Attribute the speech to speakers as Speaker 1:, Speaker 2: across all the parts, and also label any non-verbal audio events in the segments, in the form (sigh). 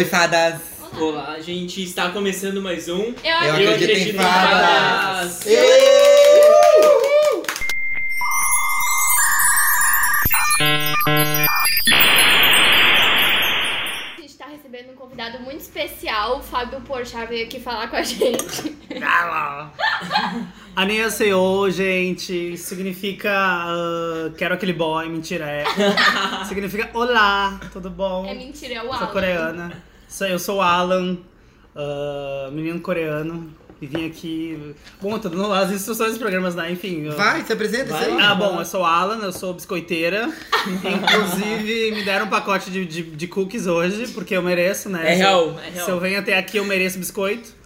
Speaker 1: Oi, fadas!
Speaker 2: Olá, a gente está começando mais um.
Speaker 3: Eu
Speaker 1: Eu
Speaker 3: acho
Speaker 1: acredito, em fadas!
Speaker 2: fadas.
Speaker 3: que a gente tá recebendo um convidado muito especial. O Fábio Porchat veio aqui falar com a
Speaker 4: (laughs)
Speaker 3: gente.
Speaker 4: Anhaseo, gente, significa ah, quero aquele boy,
Speaker 2: (laughs)
Speaker 4: mentira, é. significa olá, tudo bom?
Speaker 3: É mentira, é o
Speaker 4: sou
Speaker 3: Alan.
Speaker 4: coreana. Sou- Eu sou o Alan, ah, menino coreano, e vim aqui. Bom, eu tô dando as instruções dos programas, né? Enfim. eu-
Speaker 1: Vai, se apresenta
Speaker 2: Vai.
Speaker 1: isso aí.
Speaker 4: Ah, bom, eu sou o Alan, eu sou
Speaker 2: (laughs)
Speaker 4: biscoiteira. Inclusive, me deram um pacote de, de- de cookies hoje, porque eu mereço, né?
Speaker 2: É real, é
Speaker 4: Se eu
Speaker 2: real.
Speaker 4: venho até aqui, eu mereço biscoito.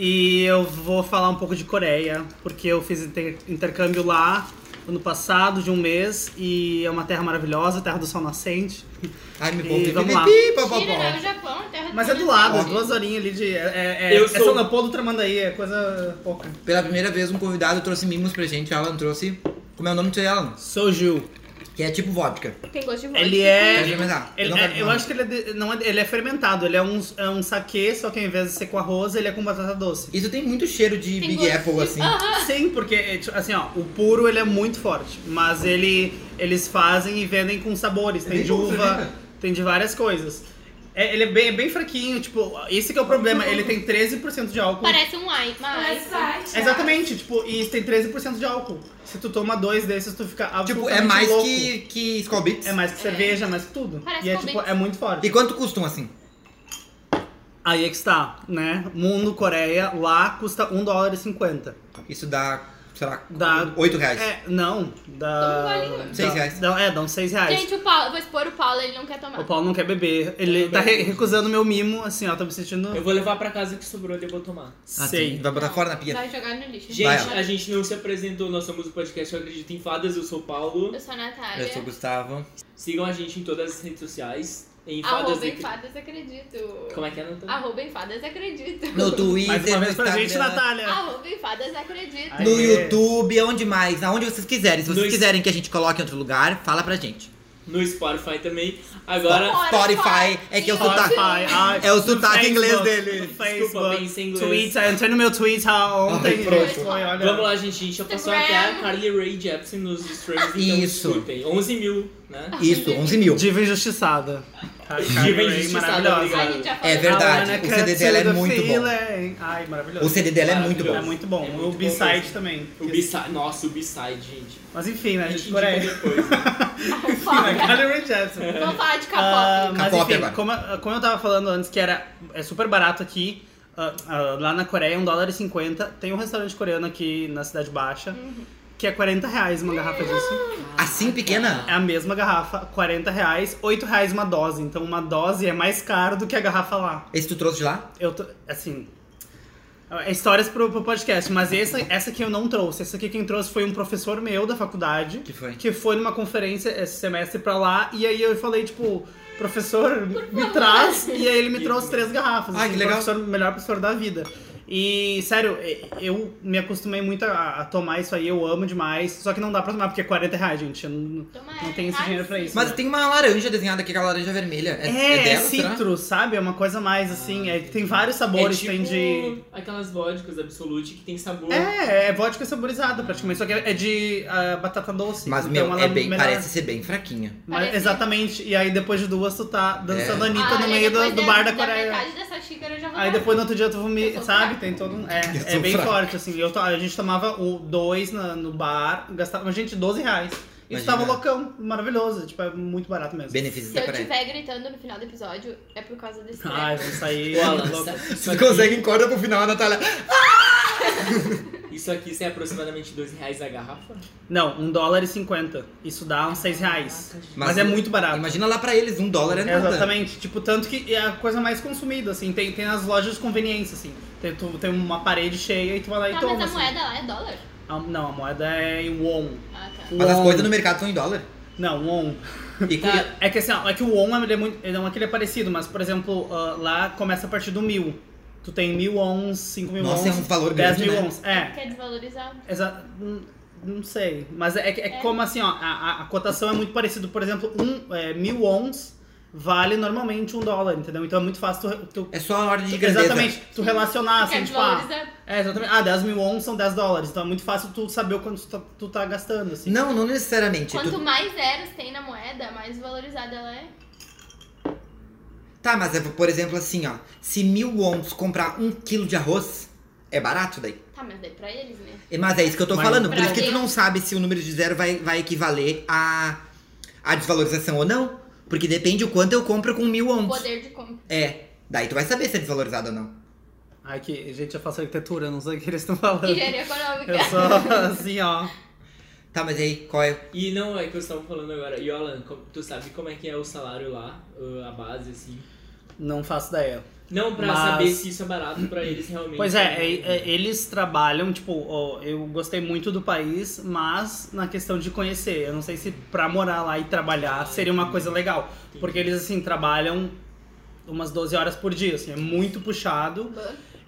Speaker 4: E eu vou falar um pouco de Coreia, porque eu fiz inter- intercâmbio lá ano passado, de um mês, e é uma terra maravilhosa, terra do sol nascente.
Speaker 1: Ai, me
Speaker 4: E
Speaker 1: poupe.
Speaker 4: vamos lá.
Speaker 1: Pi, pó, pó,
Speaker 3: Mentira, não é
Speaker 4: né?
Speaker 1: pó.
Speaker 3: o Japão, é terra
Speaker 4: Mas é do lado, duas horinhas ali de. É, é,
Speaker 2: Eu
Speaker 4: é
Speaker 2: sou-
Speaker 4: São Leopoldo, Tramandaí, é coisa pouca.
Speaker 1: Pela primeira vez, um convidado trouxe mimos pra gente. Alan trouxe. Como é o nome disso aí, Alan?
Speaker 4: Soju.
Speaker 1: Que é tipo vodka.
Speaker 3: Tem gosto de vodka.
Speaker 4: Ele é.
Speaker 1: Pode fermentar. Eu
Speaker 4: Ele,
Speaker 1: não
Speaker 4: é-
Speaker 1: quero
Speaker 4: eu
Speaker 1: falar.
Speaker 4: acho que ele é, de- não é- ele é fermentado, ele é um, é um saquê, só que ao invés de ser com arroz, ele é com batata doce.
Speaker 1: Isso tem muito cheiro de
Speaker 3: Tem
Speaker 1: Big
Speaker 3: gosto
Speaker 1: Apple,
Speaker 3: de-
Speaker 1: assim.
Speaker 3: Aham.
Speaker 4: Sim, porque é, tipo, assim, ó, o puro ele é muito forte, mas ele eles fazem e vendem com sabores, tem
Speaker 1: É bem
Speaker 4: de
Speaker 1: bom,
Speaker 4: uva,
Speaker 1: fermenta.
Speaker 4: tem de várias coisas. É, ele é bem, é bem fraquinho, tipo, esse que é o problema, ele tem 13% de álcool.
Speaker 3: Parece um ai, mas...
Speaker 4: Exatamente, tipo, e isso tem 13% de álcool. Se tu toma dois desses, tu fica
Speaker 1: Tipo, é
Speaker 4: absolutamente
Speaker 1: mais
Speaker 4: louco.
Speaker 1: que, que Skull Beats.
Speaker 4: É mais que cerveja, mais que tudo.
Speaker 3: Parece
Speaker 4: e é
Speaker 3: Skull
Speaker 4: tipo,
Speaker 3: Beats.
Speaker 4: é muito forte.
Speaker 1: E quanto custam, assim?
Speaker 4: Aí é que está, né? Mundo, Coreia, lá custa 1 dólar e 50.
Speaker 1: Isso dá, sei lá,
Speaker 4: Dá-
Speaker 1: 8 reais.
Speaker 4: É, não, dá.
Speaker 3: Toma um golinho.
Speaker 4: dá-
Speaker 1: Seis reais.
Speaker 4: dá- é, dá uns 6 reais.
Speaker 3: Gente, o Paulo, eu vou expor o Paulo, ele não quer tomar.
Speaker 4: O Paulo não quer beber. Ele
Speaker 2: não
Speaker 4: tá
Speaker 2: bebo.
Speaker 4: re- recusando meu mimo, assim, ó, tô me sentindo.
Speaker 2: Eu vou levar pra casa o que sobrou e eu vou tomar.
Speaker 1: Ah, sim.
Speaker 4: Sei.
Speaker 1: Vai botar fora na pia.
Speaker 3: Vai jogar no lixo.
Speaker 2: Gente,
Speaker 1: Vai, ó.
Speaker 2: a gente não se apresentou, nós somos o podcast Eu Acredito em Fadas, eu sou o Paulo.
Speaker 3: Eu sou a Natália.
Speaker 1: Eu sou o Gustavo.
Speaker 2: Sigam a gente em todas as redes sociais. Em Fadas
Speaker 3: Arroba
Speaker 2: e...
Speaker 3: em fadas acredito.
Speaker 2: Como é que é, Natália?
Speaker 3: Arroba em fadas acredito.
Speaker 1: No Twitter,
Speaker 4: Mais uma
Speaker 1: no
Speaker 4: vez pra gente,
Speaker 1: Instagram,
Speaker 4: Natália.
Speaker 3: Arroba em fadas acredito.
Speaker 4: Ai.
Speaker 1: No
Speaker 4: Aê.
Speaker 1: YouTube, aonde mais? Aonde vocês quiserem. Se vocês
Speaker 2: No-
Speaker 1: quiserem que a gente coloque em outro lugar, fala pra gente.
Speaker 2: No Spotify também. Agora,
Speaker 1: Spotify, é que eu sou
Speaker 3: Spotify.
Speaker 1: tá- É o sotaque inglês dele.
Speaker 4: No
Speaker 2: Desculpa,
Speaker 4: Facebook,
Speaker 2: pensei em inglês.
Speaker 4: Twitter, eu entrei no meu Twitter ontem.
Speaker 1: Ai, pronto.
Speaker 4: gente, foi, olha.
Speaker 2: vamos lá, gente. A gente já passou até
Speaker 3: Instagram.
Speaker 2: a Carly Rae Jepsen nos streams, então
Speaker 1: Isso.
Speaker 2: escutem. 11 mil, né?
Speaker 3: (laughs)
Speaker 1: Isso, 11 mil.
Speaker 4: Diva injustiçada. Tá,
Speaker 2: Diva injustiçada,
Speaker 3: A
Speaker 2: obrigado.
Speaker 3: gente já
Speaker 1: É
Speaker 3: falou.
Speaker 1: verdade,
Speaker 4: Havana
Speaker 1: o CD dela é
Speaker 4: Cut to the
Speaker 1: muito bom.
Speaker 4: Feeling. Ai, maravilhoso.
Speaker 1: O CD dela é muito
Speaker 4: É
Speaker 1: bom.
Speaker 4: muito bom.
Speaker 2: É muito
Speaker 4: o
Speaker 2: bom
Speaker 4: B-Side
Speaker 2: mesmo.
Speaker 4: também.
Speaker 2: O B-side, nossa, o B-side, gente.
Speaker 4: Mas enfim, né,
Speaker 2: A
Speaker 4: gente,
Speaker 2: gente
Speaker 4: Coreia. (laughs)
Speaker 2: indica depois, né?
Speaker 3: Vamos
Speaker 4: Enfim, né,
Speaker 3: falar.
Speaker 4: Carly Rae Jepsen.
Speaker 3: Vamos falar de capote.
Speaker 4: Ah, mas
Speaker 1: Capote
Speaker 4: enfim,
Speaker 1: agora.
Speaker 4: como, como eu tava falando antes, que era, é super barato aqui. ah, ah, lá na Coreia, 1 dólar e 50. Tem um restaurante coreano aqui na Cidade Baixa, que é 40 reais uma garrafa disso.
Speaker 1: Assim, pequena?
Speaker 4: É a mesma garrafa, 40 reais, 8 reais uma dose. Então uma dose é mais caro do que a garrafa lá.
Speaker 1: Esse tu trouxe de lá?
Speaker 4: Eu tô, assim. É histórias pro, pro podcast, mas essa, essa aqui eu não trouxe. Essa aqui quem trouxe foi um professor meu da faculdade.
Speaker 1: Que foi?
Speaker 4: Que foi numa conferência esse semestre pra lá. E aí eu falei, tipo, professor, me traz. E aí ele me trouxe três garrafas. assim,
Speaker 1: Ai, Ah, que legal.
Speaker 4: Professor, melhor professor da vida. E, sério, eu me acostumei muito a, a tomar isso aí. Eu amo demais. Só que não dá pra tomar, porque é 40 reais, gente. Eu não,
Speaker 3: Toma
Speaker 4: não tenho esse
Speaker 3: essa.
Speaker 4: dinheiro pra isso. né?
Speaker 1: Mas tem uma laranja desenhada aqui, aquela laranja vermelha. É,
Speaker 4: É, é,
Speaker 1: dela, será? Ah,
Speaker 4: citro, sabe? É uma coisa mais assim. é- tem vários
Speaker 2: É
Speaker 4: sabores,
Speaker 2: tipo
Speaker 4: tem de.
Speaker 2: aquelas vodkas Absolute que tem sabor.
Speaker 4: É, é vodka saborizada praticamente, só que é de ah, batata doce.
Speaker 1: Mas,
Speaker 4: então
Speaker 1: meu,
Speaker 4: ela
Speaker 1: é bem,
Speaker 4: melhora.
Speaker 1: parece ser bem fraquinha.
Speaker 4: Mas-
Speaker 3: Parece-
Speaker 4: Exatamente, e aí depois de duas tu tá dançando
Speaker 1: É.
Speaker 4: a Anitta
Speaker 3: Ah,
Speaker 4: no
Speaker 3: olha,
Speaker 4: meio do,
Speaker 3: depois
Speaker 4: do bar da
Speaker 3: Da
Speaker 4: Coreia.
Speaker 3: metade dessa xícara eu já vou
Speaker 4: Aí
Speaker 3: dar.
Speaker 4: depois no outro dia tu
Speaker 3: Eu
Speaker 4: vomita,
Speaker 3: sou
Speaker 4: sabe?
Speaker 3: fraca.
Speaker 4: Tem todo um. É,
Speaker 1: Eu
Speaker 4: é
Speaker 1: sou
Speaker 4: bem
Speaker 1: fraca.
Speaker 4: forte, assim. Eu to- a gente tomava o dois na- no bar, gastava, gente, 12 reais. E tu
Speaker 1: Imagina.
Speaker 4: tava loucão, maravilhoso, tipo, é muito barato mesmo.
Speaker 1: Benefícios
Speaker 3: Se
Speaker 1: da
Speaker 3: eu (laughs)
Speaker 1: Coreia.
Speaker 3: tiver gritando no final do episódio, é por causa desse
Speaker 4: Ai,
Speaker 3: treco.
Speaker 4: vamos sair.
Speaker 2: Ô, Alan,
Speaker 4: louco.
Speaker 2: sa- isso
Speaker 1: Se tu
Speaker 2: aqui-
Speaker 1: consegue, encorda pro final, a Natália.
Speaker 2: Isso aqui isso é aproximadamente 2 reais a garrafa?
Speaker 4: Não, 1 dólar e 50. Isso dá uns 6 reais.
Speaker 2: Caraca, gente.
Speaker 4: Mas, é muito barato.
Speaker 1: Imagina lá pra eles, um dólar é nada.
Speaker 4: Exatamente. Tipo, tanto que é a coisa mais consumida, assim. Tem, tem nas lojas de conveniência, assim. Tem, tu, tem uma parede cheia e tu vai lá e
Speaker 3: Tá,
Speaker 4: toma.
Speaker 3: mas a
Speaker 4: assim.
Speaker 3: moeda lá é dólar?
Speaker 4: A- não, a moeda é em won.
Speaker 3: Ah, tá.
Speaker 1: Mas as
Speaker 4: Won.
Speaker 1: coisas no mercado são em dólar.
Speaker 4: Não, won.
Speaker 1: E com-
Speaker 2: Tá.
Speaker 4: É que assim, ó, é que o won ele é muito. ele Não é que ele é parecido, mas, por exemplo, ah, lá começa a partir do mil. Tu tem mil ons, cinco mil
Speaker 1: Nossa, é um
Speaker 4: ons,
Speaker 1: valor
Speaker 4: dez
Speaker 1: grande,
Speaker 4: mil
Speaker 1: né?
Speaker 4: ons. É.
Speaker 3: Quer desvalorizar?
Speaker 4: Exa hum, não sei. Mas é, que- é que como assim, ó, a, a- a cotação é muito parecida. Por exemplo, um, é, mil ons vale normalmente um dólar, entendeu? Então é muito fácil tu. tu-
Speaker 1: É só a ordem de
Speaker 4: tu-
Speaker 1: grandeza.
Speaker 4: exatamente, tu relacionar assim,
Speaker 3: Quer
Speaker 4: tipo, ah,
Speaker 3: desvalorizar?
Speaker 4: é, exatamente, ah, 10 mil ons são 10 dólares, então é muito fácil tu saber o quanto tu tá, tu tá gastando, assim.
Speaker 1: Não, não necessariamente. Tu-
Speaker 3: Quanto mais zeros tem na moeda, mais valorizada ela é.
Speaker 1: Tá, mas é, por exemplo, assim, ó. Se mil onças comprar um quilo de arroz, é barato daí.
Speaker 3: Tá, mas daí pra eles,
Speaker 4: (laughs)
Speaker 3: né?
Speaker 1: E- Mas é isso que eu tô
Speaker 4: Mas-
Speaker 1: falando. Por
Speaker 3: Pra
Speaker 1: isso que tu
Speaker 3: quem?
Speaker 1: não sabe se o número de zero vai, vai equivaler a, a desvalorização ou não. Porque depende o quanto eu compro com mil
Speaker 3: O
Speaker 1: onças.
Speaker 3: poder de compra.
Speaker 1: É. Daí tu vai saber se é desvalorizado ou não.
Speaker 4: Ai, que, gente, eu faço arquitetura, não sei o que eles estão falando.
Speaker 3: Engenharia econômica.
Speaker 4: Eu sou (laughs) assim, ó.
Speaker 1: Tá, mas e aí, qual é?
Speaker 2: E não, é que eu estava falando agora. Yolan, como- tu sabe como é que é o salário lá? uh, A base, assim.
Speaker 4: Não faço ideia.
Speaker 2: Não pra
Speaker 4: Mas-
Speaker 2: saber se isso é barato pra eles realmente.
Speaker 4: Pois é, é- é, eles trabalham, tipo, ó, eu gostei muito do país, mas na questão de conhecer. Eu não sei se pra morar lá e trabalhar seria uma coisa legal. Porque eles, assim, trabalham umas 12 horas por dia, assim, é muito puxado.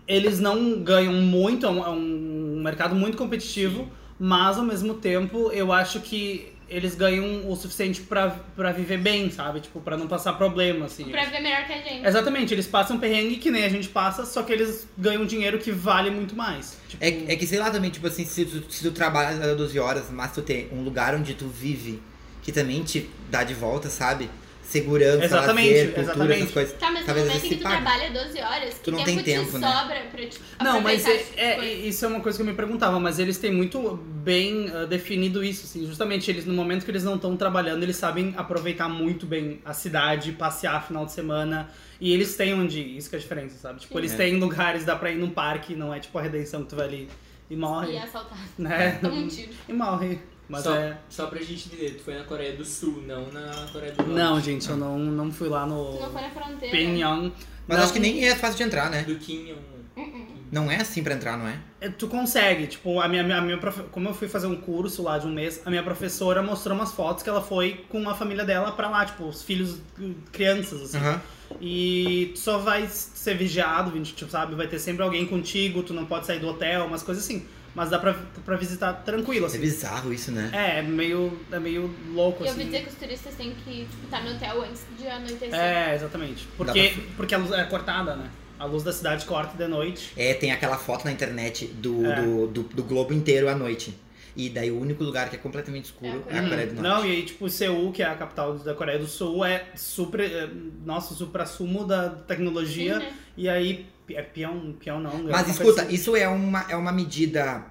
Speaker 4: Eles não ganham muito, é um, é um mercado muito competitivo, mas ao mesmo tempo eu acho que eles ganham o suficiente pra pra viver bem, sabe? Tipo, pra não passar problema, assim.
Speaker 3: (laughs) Pra ver melhor que a gente.
Speaker 4: Exatamente, eles passam perrengue que nem a gente passa, só que eles ganham um dinheiro que vale muito mais. Tipo,
Speaker 1: é? É que sei lá também, tipo assim, se tu, se tu trabalha 12 horas, mas tu tem um lugar onde tu vive que também te dá de volta, sabe? Segurança,
Speaker 4: Exatamente,
Speaker 1: lazer, cultura,
Speaker 4: exatamente.
Speaker 1: essas coisas.
Speaker 3: Tá, mas no
Speaker 1: Talvez
Speaker 3: momento
Speaker 1: eles
Speaker 3: em
Speaker 1: se
Speaker 3: que tu
Speaker 1: paguem.
Speaker 3: trabalha 12 horas, que
Speaker 1: Tu não
Speaker 3: tempo,
Speaker 1: tem
Speaker 3: te
Speaker 1: tempo, né?
Speaker 3: sobra pra te
Speaker 4: Não, mas é,
Speaker 3: aproveitar tipo
Speaker 4: é-
Speaker 3: essas coisas?
Speaker 4: isso é uma coisa que eu me perguntava, mas eles têm muito bem ah, definido isso, assim, justamente eles, no momento que eles não estão trabalhando, eles sabem aproveitar muito bem a cidade, passear final de semana, e eles têm onde ir, isso que é a diferença, sabe? Tipo, eles
Speaker 1: É.
Speaker 4: têm lugares, dá pra ir num parque, não é tipo a redenção que tu vai ali e morre,
Speaker 3: E assaltar.
Speaker 4: né?
Speaker 3: (laughs) Toma um tiro.
Speaker 4: E morre, mas
Speaker 2: só,
Speaker 4: é...
Speaker 2: só pra gente entender, tu foi na Coreia do Sul, não na Coreia do Norte.
Speaker 4: Não, gente, eu não, não fui lá
Speaker 3: Tu
Speaker 4: no...
Speaker 3: não foi na fronteira.
Speaker 4: Pyongyang.
Speaker 1: Mas
Speaker 4: Não.
Speaker 1: acho que nem é fácil de entrar, né?
Speaker 2: Do Kim Jong-un.
Speaker 3: Uh-uh.
Speaker 1: Não é assim pra entrar, não é?
Speaker 4: É, Tu consegue, tipo, a minha, a minha profe- como eu fui fazer um curso lá de um mês, a minha professora mostrou umas fotos que ela foi com a família dela pra lá, tipo, os filhos, eh, crianças, assim.
Speaker 1: Aham.
Speaker 4: E tu só vai ser vigiado, vinte- tipo, sabe? Vai ter sempre alguém contigo, tu não pode sair do hotel, umas coisas assim. Mas dá pra, pra visitar tranquilo,
Speaker 1: É
Speaker 4: assim.
Speaker 1: bizarro isso, né?
Speaker 4: É, é meio, é meio louco,
Speaker 3: E eu
Speaker 4: assim.
Speaker 3: ouvi dizer que os turistas têm que tipo, estar no hotel antes de anoitecer.
Speaker 4: É, exatamente.
Speaker 1: Dá
Speaker 4: Porque, porque a luz é cortada, né? A luz da cidade corta de noite.
Speaker 1: É, tem aquela foto na internet do,
Speaker 4: É.
Speaker 1: do, do, do globo inteiro à noite. E daí o único lugar que é completamente escuro é a Coreia do Norte.
Speaker 4: Uhum. Não, e aí, tipo, Seul, que é a capital da Coreia do Sul, é super. É, nossa, supra-sumo da
Speaker 3: Sim,
Speaker 4: tecnologia.
Speaker 3: né?
Speaker 4: E aí, é peão, peão não.
Speaker 1: Mas escuta,
Speaker 4: assim.
Speaker 1: isso é uma, é uma medida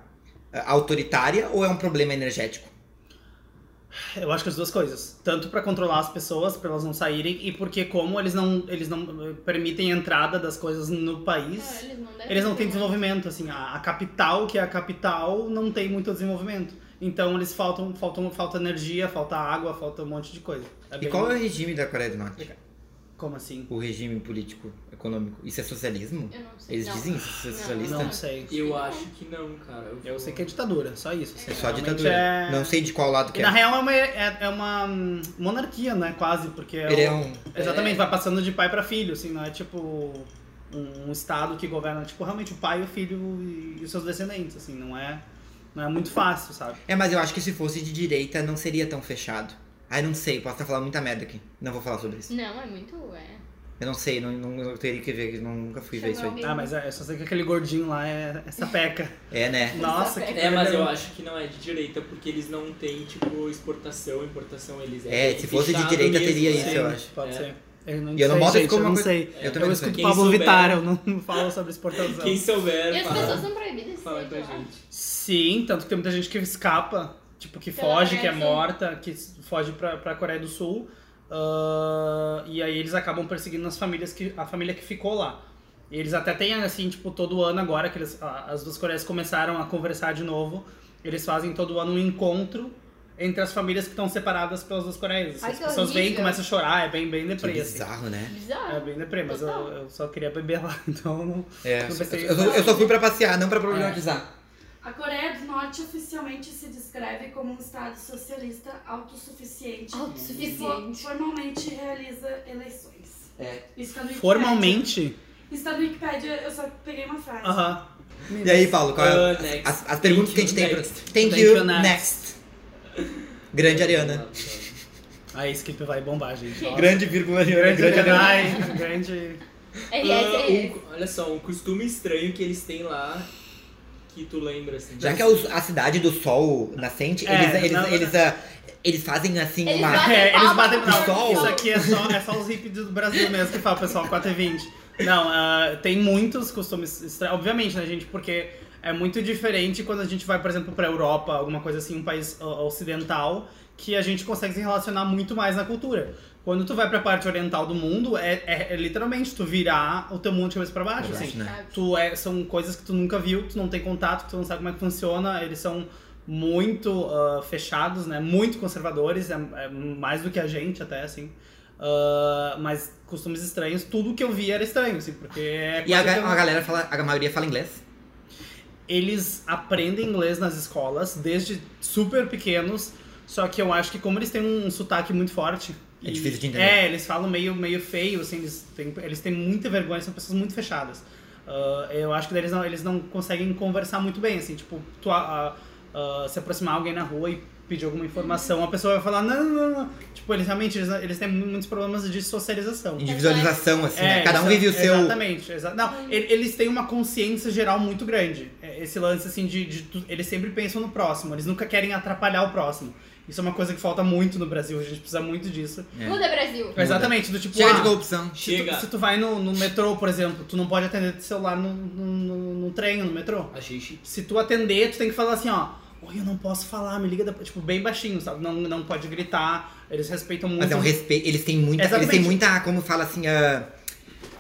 Speaker 1: ah, autoritária ou é um problema energético?
Speaker 4: Eu acho que as duas coisas. Tanto pra controlar as pessoas, pra elas não saírem, e porque, como eles não, eles não eh, permitem a entrada das coisas no
Speaker 3: Ah,
Speaker 4: país,
Speaker 3: eles não devem
Speaker 4: eles não têm
Speaker 3: ter, né?
Speaker 4: desenvolvimento. Assim, a, a capital, que é a capital, não tem muito desenvolvimento. Então, eles faltam, faltam falta energia, falta água, falta um monte de coisa. É
Speaker 1: E
Speaker 4: bem-
Speaker 1: qual é o regime da Coreia do Norte?
Speaker 4: Como assim?
Speaker 1: O regime político, econômico. Isso é socialismo?
Speaker 3: Eu não sei.
Speaker 1: Eles
Speaker 3: não.
Speaker 1: dizem isso, isso é
Speaker 3: Não,
Speaker 1: socialista?
Speaker 4: Não sei.
Speaker 2: Eu acho que não, cara.
Speaker 4: Eu
Speaker 2: vou-
Speaker 4: sei que é ditadura, só isso. assim.
Speaker 1: É só
Speaker 4: Realmente
Speaker 1: ditadura.
Speaker 4: é-
Speaker 1: Não sei de qual lado
Speaker 4: E
Speaker 1: que é.
Speaker 4: na real é uma, é, é uma hum, monarquia, né? Quase, porque é
Speaker 1: Ele é
Speaker 4: o-
Speaker 1: um.
Speaker 4: exatamente
Speaker 2: É.
Speaker 4: vai passando de pai pra filho, assim, não é tipo um, um estado que governa tipo realmente o pai, o filho e, e os seus descendentes, assim, não é não é muito fácil, sabe?
Speaker 1: É, mas eu acho que se fosse de direita não seria tão fechado. Ai, não sei, posso estar falando muita merda aqui. Não vou falar sobre isso.
Speaker 3: Não, é muito. É.
Speaker 1: Eu não sei, não, não- eu teria que ver, que nunca fui ver isso
Speaker 3: Chamou
Speaker 1: aí.
Speaker 4: Ah, mas é, eu só sei que aquele gordinho lá é
Speaker 2: (laughs)
Speaker 4: essa peca.
Speaker 1: É, né?
Speaker 4: Nossa, que
Speaker 2: É, mas
Speaker 4: coisa.
Speaker 2: eu acho que não é de direita, porque eles não têm, tipo, exportação, importação, eles...
Speaker 1: É, se fosse de
Speaker 2: fechado
Speaker 1: direita,
Speaker 2: mesmo,
Speaker 1: teria
Speaker 4: Pode
Speaker 1: isso,
Speaker 4: ser,
Speaker 1: eu acho.
Speaker 4: Pode
Speaker 2: É.
Speaker 4: ser. Eu não
Speaker 1: E eu não
Speaker 4: sei,
Speaker 1: boto
Speaker 4: gente,
Speaker 1: como
Speaker 4: eu não
Speaker 1: uma coisa-
Speaker 4: sei.
Speaker 1: Eu
Speaker 4: Eu,
Speaker 1: também não
Speaker 4: escuto o
Speaker 2: sei.
Speaker 4: Pablo
Speaker 2: Quem souber-
Speaker 4: Vittar, eu não falo sobre exportação.
Speaker 2: Quem
Speaker 3: E
Speaker 2: souber,
Speaker 3: as
Speaker 2: fala,
Speaker 3: pessoas né? são proibidas de
Speaker 2: é fala
Speaker 3: sair
Speaker 2: com
Speaker 3: de
Speaker 2: a
Speaker 3: lá.
Speaker 2: gente.
Speaker 4: Sim, tanto que tem muita gente que escapa, tipo, que
Speaker 3: Pela
Speaker 4: foge,
Speaker 3: Coreia
Speaker 4: que é
Speaker 3: do Sul.
Speaker 4: morta, que s- foge pra, pra Coreia do Sul. ah, e aí eles acabam perseguindo as famílias que, a família que ficou lá. E eles até têm, assim, tipo, todo ano agora que eles, a- as duas Coreias começaram a conversar de novo. Eles fazem todo ano um encontro entre as famílias que estão separadas pelas duas Coreias. Assim,
Speaker 3: Ai,
Speaker 4: as
Speaker 3: que
Speaker 4: pessoas vêm e
Speaker 3: horrível.
Speaker 4: começam a chorar, é bem, bem
Speaker 1: Que
Speaker 4: deprê, assim.
Speaker 1: bizarro, né?
Speaker 4: É
Speaker 3: Bizarro.
Speaker 4: bem deprê, mas eu,
Speaker 3: Total.
Speaker 4: eu só queria beber lá, (laughs) então não...
Speaker 1: É, eu,
Speaker 4: Não pensei
Speaker 1: eu- eu- eu só fui pra passear, não pra problematizar.
Speaker 5: A Coreia do Norte oficialmente se descreve como um estado socialista autossuficiente e fo-
Speaker 3: Autossuficiente.
Speaker 5: formalmente realiza eleições.
Speaker 1: É.
Speaker 5: Isso tá no Wikipédia.
Speaker 4: Formalmente...
Speaker 5: Isso tá no Wikipédia, eu só peguei uma frase.
Speaker 4: Aham.
Speaker 1: E aí, Paulo, qual é
Speaker 2: Uh, next.
Speaker 1: as, as perguntas que a gente
Speaker 2: Thank
Speaker 1: tem pra.
Speaker 2: you,
Speaker 1: Thank
Speaker 4: Thank
Speaker 1: you,
Speaker 4: you,
Speaker 1: next. Grande Ariana.
Speaker 4: Ah, esse clipe vai
Speaker 3: (laughs)
Speaker 4: bombar, gente. ó.
Speaker 1: Grande vírgula, grande,
Speaker 4: grande,
Speaker 1: grande
Speaker 4: grande, grande.
Speaker 3: RS,
Speaker 2: Ah,
Speaker 3: RS.
Speaker 2: um- olha só, um costume estranho que eles têm lá que tu lembra, assim.
Speaker 1: Já que é os- a cidade do sol nascente,
Speaker 4: É,
Speaker 1: eles, eles,
Speaker 4: não-
Speaker 1: eles, ah, eles fazem assim
Speaker 3: Eles
Speaker 1: uma.
Speaker 3: batem
Speaker 4: É, eles
Speaker 3: palma
Speaker 4: batem
Speaker 3: pro
Speaker 4: não,
Speaker 1: sol.
Speaker 4: Isso aqui é só, é só os hippies do Brasil mesmo que falam, pessoal, 4 e 20. Não, ah, tem muitos costumes estranhos. Obviamente, né, gente? Porque é muito diferente quando a gente vai, por exemplo, pra Europa, alguma coisa assim, um país ó, ocidental, que a gente consegue se relacionar muito mais na cultura. Quando tu vai pra parte oriental do mundo, é, é- é literalmente tu virar o teu mundo de cabeça pra baixo, assim.
Speaker 1: né?
Speaker 4: Tu é, são coisas que tu nunca viu, tu não tem contato, tu não sabe como é que funciona, eles são muito ah, fechados, né? Muito conservadores, é, é mais do que a gente até, assim. Ah, mas costumes estranhos, tudo que eu vi era estranho, assim, porque é
Speaker 1: E a,
Speaker 4: coisa
Speaker 1: ga-
Speaker 4: que eu-
Speaker 1: a galera fala, a maioria fala inglês.
Speaker 4: eles aprendem inglês nas escolas desde super pequenos, só que eu acho que como eles têm um sotaque muito forte.
Speaker 1: É
Speaker 4: e-
Speaker 1: difícil de entender.
Speaker 4: É, eles falam meio, meio feio, assim, eles têm, eles têm muita vergonha, são pessoas muito fechadas. Ah, eu acho que eles não, eles não conseguem conversar muito bem, assim, tipo, tu a- a- a- se aproximar alguém na rua e pedir alguma informação, a pessoa vai falar, não, não, não. Tipo, eles realmente eles, eles têm muitos problemas de socialização.
Speaker 1: Individualização, assim, né?
Speaker 4: Então, É,
Speaker 1: Cada um
Speaker 4: exa-
Speaker 1: vive o seu.
Speaker 4: Exatamente, exa não, e- eles têm uma consciência geral muito grande. É, Esse lance, assim, de, de tu- Eles sempre pensam no próximo, eles nunca querem atrapalhar o próximo. Isso é uma coisa que falta muito no Brasil, a gente precisa muito disso.
Speaker 1: É.
Speaker 3: Muda, Brasil.
Speaker 4: Exatamente, do tipo.
Speaker 1: Chega
Speaker 4: ah,
Speaker 1: de corrupção.
Speaker 4: se,
Speaker 2: Chega.
Speaker 4: Tu, se tu vai no, no metrô, por exemplo, tu não pode atender teu celular no, no, no- no trem, no metrô.
Speaker 2: Achei chique.
Speaker 4: Se tu atender, tu tem que falar assim, ó. Oi, eu não posso falar, me liga depois. Tipo, bem baixinho, sabe? Não, não pode gritar, eles respeitam muito.
Speaker 1: Mas é um respeito. Eles têm muita. Eles têm
Speaker 4: Exatamente.
Speaker 1: muita, como fala assim, ah,